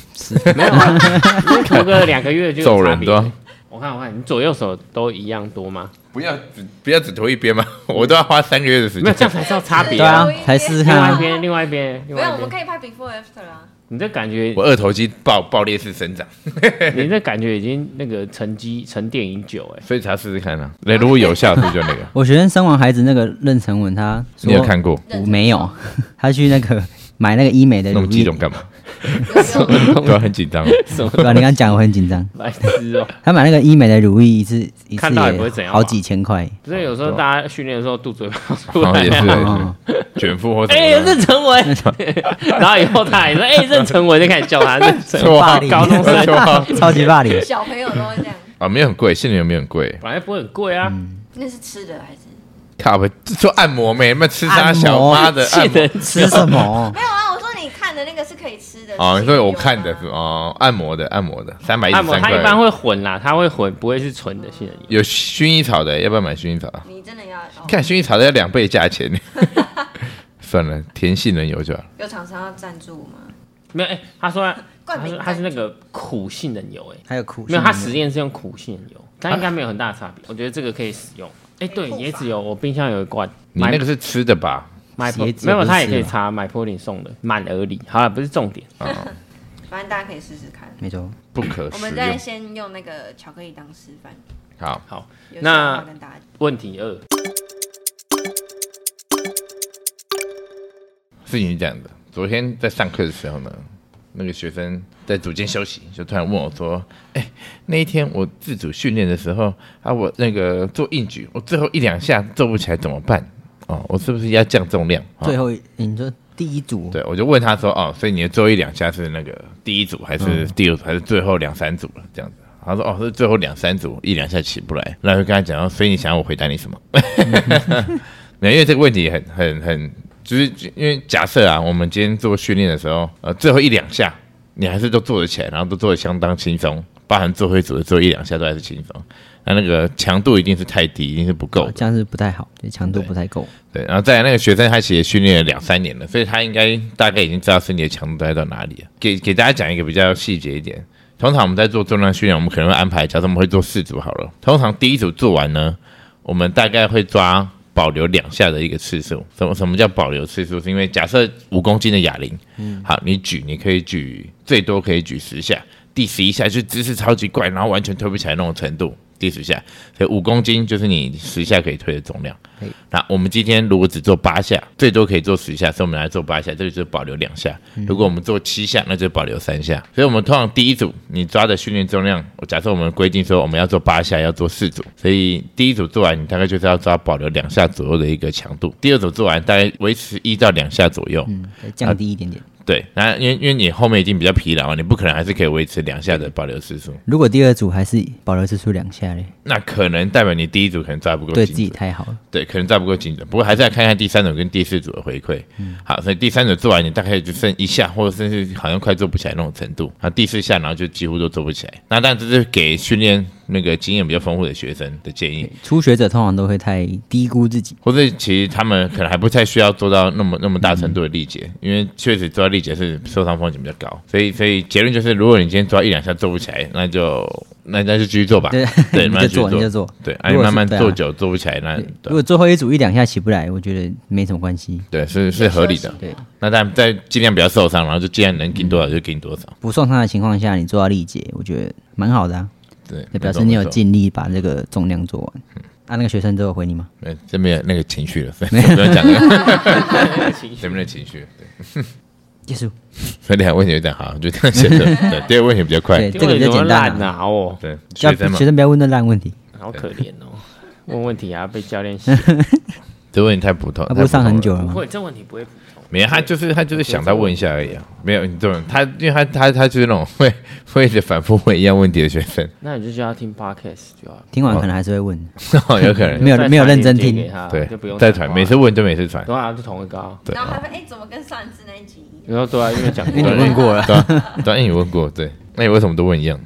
Speaker 2: 没有啊，你涂个两个 月就有
Speaker 3: 揍
Speaker 2: 差
Speaker 3: 人
Speaker 2: 别
Speaker 3: 都要
Speaker 2: 了。我看我看，你左右手都一样多吗？
Speaker 3: 不要只不要只涂一边嘛， 我都要花三个月的时
Speaker 2: 没有，
Speaker 3: 间
Speaker 2: 这。样才叫差别
Speaker 4: 对啊
Speaker 5: 有一，点
Speaker 4: 才试试
Speaker 2: 另
Speaker 4: 看
Speaker 2: 外一
Speaker 4: 啊。
Speaker 2: 边，另外一边，另
Speaker 5: 没有，
Speaker 2: 外
Speaker 5: 我
Speaker 2: 一
Speaker 5: 们
Speaker 2: 边，
Speaker 5: 可以拍 before after 啊。
Speaker 2: 你这感觉
Speaker 3: 我二头肌爆爆裂式生长，
Speaker 2: 你这感觉已经那个沉积沉淀已久哎、
Speaker 3: 所以才试试看啊。那如果有效，是不是就 那个？
Speaker 4: 我学生生完孩子那个妊娠纹，他说
Speaker 3: 你有看过？
Speaker 4: 我没有， 他去那个 买那个医美的
Speaker 3: 那
Speaker 4: 乳
Speaker 3: 么激
Speaker 4: 液
Speaker 3: 动，干 嘛？
Speaker 2: 欸，
Speaker 3: 对啊，很 紧张。
Speaker 2: 什么
Speaker 4: 对吧？你刚 讲我很紧张。
Speaker 2: 白痴哦、
Speaker 4: 他买那个医美的乳液一次一次
Speaker 2: 看到也不会怎样吧啊
Speaker 4: 好几千块。
Speaker 2: 所以有时候大家训练的时候肚子会跑出
Speaker 3: 然后
Speaker 2: 来
Speaker 3: 也是
Speaker 2: 啊。
Speaker 4: 哦
Speaker 3: 也是 卷腹或什
Speaker 2: 哎，
Speaker 3: 么的，
Speaker 2: 任成文， 然后以后他还说：“哎，任成文就开始叫 他任成
Speaker 3: 错
Speaker 2: 文。
Speaker 3: 啊
Speaker 4: 霸凌，
Speaker 2: 高中生
Speaker 4: 超级霸凌。
Speaker 5: 小朋友都会这样，
Speaker 3: 啊，没有很贵，杏仁油没有很贵。
Speaker 2: 本来不会很贵啊，
Speaker 4: 嗯
Speaker 5: 那是吃的还是？
Speaker 3: 靠呗，说按摩没？那吃啥
Speaker 4: 按摩
Speaker 3: 小妈的按
Speaker 2: 气得？
Speaker 3: 摩
Speaker 4: 吃 什么？
Speaker 5: 没有啊，我说你看的那个是可以吃的。
Speaker 3: 哦，
Speaker 5: 是
Speaker 3: 你说
Speaker 5: 有
Speaker 3: 我
Speaker 5: 啊
Speaker 3: 看的是哦，按摩的，按摩的，三百一
Speaker 2: 按
Speaker 3: 十
Speaker 2: 摩
Speaker 3: 三
Speaker 2: 他一般
Speaker 3: 块。
Speaker 2: 会混啦，他会混，不会是纯的杏仁油。
Speaker 3: 有薰衣草的，要不要买薰衣草啊？
Speaker 5: 你真的要哦
Speaker 3: 看薰衣草的要两倍价钱 呢。算了，甜杏仁油就好了。
Speaker 5: 有厂商要赞助我吗？
Speaker 2: 没有，哎，他说他
Speaker 5: 冠名
Speaker 2: 说
Speaker 5: 赞
Speaker 2: 他是那个苦杏仁油，哎，
Speaker 4: 还有苦，
Speaker 2: 没有，他实验是用苦杏仁油，但应该没有很大的差别。我觉得这个可以使用。哎，对，椰子油，我冰箱有一罐，
Speaker 3: 你那个是吃的吧？
Speaker 2: 买
Speaker 4: 鞋子
Speaker 2: 没有，
Speaker 4: 不是
Speaker 2: 他也可以
Speaker 4: 吗
Speaker 2: 擦买坡林送的满额礼。好了，不是重点，
Speaker 5: 反正大家可以试试看。
Speaker 4: 没错，
Speaker 3: 啊
Speaker 2: 哦
Speaker 3: 不可
Speaker 5: 我
Speaker 3: 食
Speaker 5: 们再
Speaker 3: 用。
Speaker 5: 先用那个巧克力当示范，
Speaker 3: 好，
Speaker 2: 好。
Speaker 5: 有什
Speaker 2: 那
Speaker 5: 么话跟大家
Speaker 2: 问题 二，
Speaker 3: 事情是这样的，昨天在上课的时候呢，那个学生在组间休息，就突然问我说：“哎、那一天我自主训练的时候啊，我那个做硬举，我最后一两下做不起来怎么办？哦，我是不是要降重量？”哦
Speaker 4: 最后一你说第一组，
Speaker 3: 对，我就问他说：“哦，所以你的最后一两下是那个第一组还是第二组、还是最后两三组了？”这样子。他说：“哦，是最后两三组，一两下起不来。”然后就跟他讲哦所以你想要我回答你什么？ 那因为这个问题很很很，就是因为假设啊，我们今天做训练的时候，呃，最后一两下你还是都做得起来，然后都做得相当轻松，包含做会组的最后一两下都还是轻松。那那个强度一定是太低，一定是不够的。
Speaker 4: 这样是不太好，就强度不太够。
Speaker 3: 对，然后再来那个学生，他其实训练了两三年了，所以他应该大概已经知道身体的强度大概到哪里了。给给大家讲一个比较细节一点，通常我们在做重量训练，我们可能会安排，假设我们会做四组好了，通常第一组做完呢，我们大概会抓保留两下的一个次数。什么什么叫保留次数？是因为假设五公斤的哑铃，嗯，好，你举你可以举最多可以举十下，第十一下就姿势超级怪，然后完全推不起来那种程度。第十下，所以五公斤就是你十下可以推的重量。那我们今天如果只做八下，最多可以做十下，所以我们来做八下，这里就保留两下。
Speaker 4: 嗯
Speaker 3: 如果我们做七下，那就保留三下。所以我们通常第一组你抓的训练重量，我假设我们规定说我们要做八下，要做四组，所以第一组做完，你大概就是要抓保留两下左右的一个强度。第二组做完，大概维持一到两下左右。
Speaker 4: 嗯，再降低一点点。
Speaker 3: 对，那因为因为你后面已经比较疲劳了，你不可能还是可以维持两下的保留次数，
Speaker 4: 如果第二组还是保留次数两下嘞，
Speaker 3: 那可能代表你第一组可能抓不够
Speaker 4: 对
Speaker 3: 精
Speaker 4: 自
Speaker 3: 准。
Speaker 4: 己太好了。
Speaker 3: 对，可能再不够精准，不过还是要看看第三组跟第四组的回馈。
Speaker 4: 嗯
Speaker 3: 好，所以第三组做完，你大概就剩一下，或者甚至好像快做不起来那种程度。然后第四下，然后就几乎都做不起来。那但这是给训练那个经验比较丰富的学生的建议，
Speaker 4: 初学者通常都会太低估自己，
Speaker 3: 或者其实他们可能还不太需要做到那么那么大程度的力竭，
Speaker 4: 嗯
Speaker 3: 因为确实做到力竭是受伤风险比较高。所以所以结论就是，如果你今天做到一两下做不起来，那就那那就继续做吧。
Speaker 4: 对
Speaker 3: 对， 慢
Speaker 4: 你就
Speaker 3: 慢继续
Speaker 4: 做你就做。
Speaker 3: 对，
Speaker 4: 如
Speaker 3: 哎，
Speaker 4: 果是
Speaker 3: 慢慢
Speaker 4: 对啊
Speaker 3: 做久做不起来，那
Speaker 4: 如果最后一组一两下起不来，我觉得没什么关系，
Speaker 3: 对，是是合理的。
Speaker 4: 对，
Speaker 3: 那但在尽量不要受伤，然后就尽量能给多少就给多少。
Speaker 4: 不受伤的情况下，你做到力竭，我觉得蛮好的啊，
Speaker 2: 嗯
Speaker 3: 对，
Speaker 4: 也
Speaker 3: 没
Speaker 4: 表示
Speaker 3: 错
Speaker 4: 你有。
Speaker 3: 没错
Speaker 4: 尽力把这个重量做完。啊，那个学生都有回你吗？
Speaker 3: 没这边有那个情绪了，所以我不用讲了。这边的情绪，对。
Speaker 4: 结束。
Speaker 3: 所以两个问题有点好，就这样写的。对，第二个问题比较快
Speaker 4: 对。这个比较简单啊
Speaker 2: 因为你怎么烂啊哦，
Speaker 3: 对，
Speaker 4: 叫
Speaker 3: 学生嘛
Speaker 4: 学，生不要问那烂问题，
Speaker 2: 好可怜哦。 问问 题还要啊被教练写，
Speaker 3: 这问题太普通，
Speaker 4: 他不是上很 久
Speaker 3: 了。
Speaker 4: 了
Speaker 2: 不
Speaker 4: 吗？
Speaker 2: 会，这问题不会普通。
Speaker 3: 没有，他就是他就是想到问一下而已啊。没有，你这种他，因为他他他就是那种会会一直反复问一样问题的学生，
Speaker 2: 那你就叫他听 podcast 就好了，
Speaker 4: 听完可能还是会问，
Speaker 3: 哦 有可能
Speaker 4: 没有
Speaker 2: 再
Speaker 4: 没有
Speaker 2: 传
Speaker 4: 认真
Speaker 2: 链接
Speaker 4: 听
Speaker 2: 给他，
Speaker 3: 对
Speaker 2: 就不用，
Speaker 3: 再
Speaker 2: 讲
Speaker 3: 传，
Speaker 2: 话
Speaker 3: 每次问就每次传。
Speaker 2: 对啊，就同一个啊。
Speaker 3: 对
Speaker 5: 然后还说，哎、怎么跟上一次那一集一样？
Speaker 2: 你说对啊，因为讲
Speaker 4: 因为 你问过了。
Speaker 3: 对啊，对啊，因为你问过，对，那你为什么都问一样？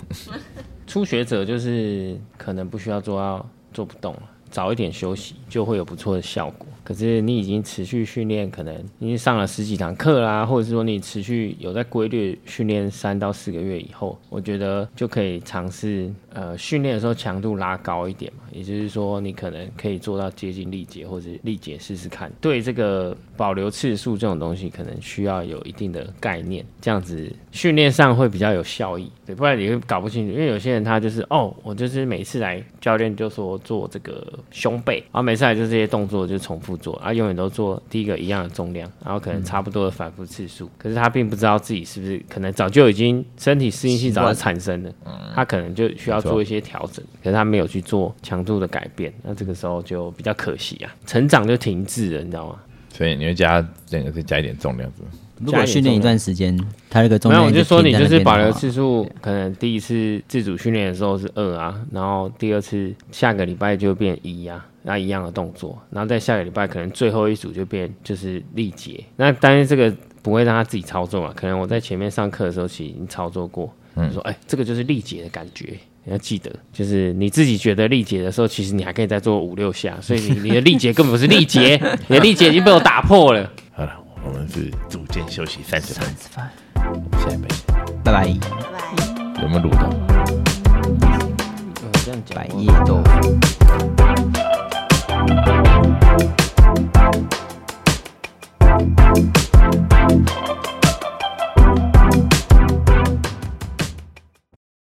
Speaker 2: 初学者就是可能不需要做到做不动了，早一点休息就会有不错的效果。可是你已经持续训练，可能已经上了十几堂课啦，或者是说你持续有在规律训练三到四个月以后，我觉得就可以尝试呃训练的时候强度拉高一点嘛，也就是说你可能可以做到接近力竭或者力竭试试看。对这个保留次数这种东西，可能需要有一定的概念，这样子训练上会比较有效益。对，不然你会搞不清楚，因为有些人他就是哦，我就是每次来教练就说做这个胸背，然后每次来就这些动作就重复做，啊，永远都做第一个一样的重量，然后可能差不多的反复次数，可是他并不知道自己是不是可能早就已经身体适应性早就产生了，他可能就需要做一些调整，可是他没有去做强度的改变，那这个时候就比较可惜啊，成长就停滞了，你知道吗？
Speaker 3: 所以你会加整个是加一点重量，是吧？
Speaker 4: 如果训练一段时间，他那个重
Speaker 2: 没有，
Speaker 4: 量
Speaker 2: 我
Speaker 4: 一
Speaker 2: 就
Speaker 4: 直
Speaker 2: 说你
Speaker 4: 停
Speaker 2: 就
Speaker 4: 在那
Speaker 2: 是
Speaker 4: 边的
Speaker 2: 保留
Speaker 4: 话
Speaker 2: 次数，可能第一次自主训练的时候是二啊，然后第二次下个礼拜就变一啊，那一样的动作，然后在下个礼拜可能最后一组就变就是力竭。那当然这个不会让他自己操作嘛，可能我在前面上课的时候其实已经操作过，
Speaker 4: 嗯
Speaker 2: 就说哎、这个就是力竭的感觉。你要记得，就是你自己觉得力竭的时候，其实你还可以再做五六下，所以你你的力竭根本不是力竭， 你的力竭已经被我打破了。
Speaker 3: 好了，我们是组间休息三十分，下一杯
Speaker 4: 拜拜，
Speaker 5: 拜拜。
Speaker 3: 有没有录到？
Speaker 2: 嗯这样讲
Speaker 4: 百
Speaker 2: 我
Speaker 4: 叶豆腐。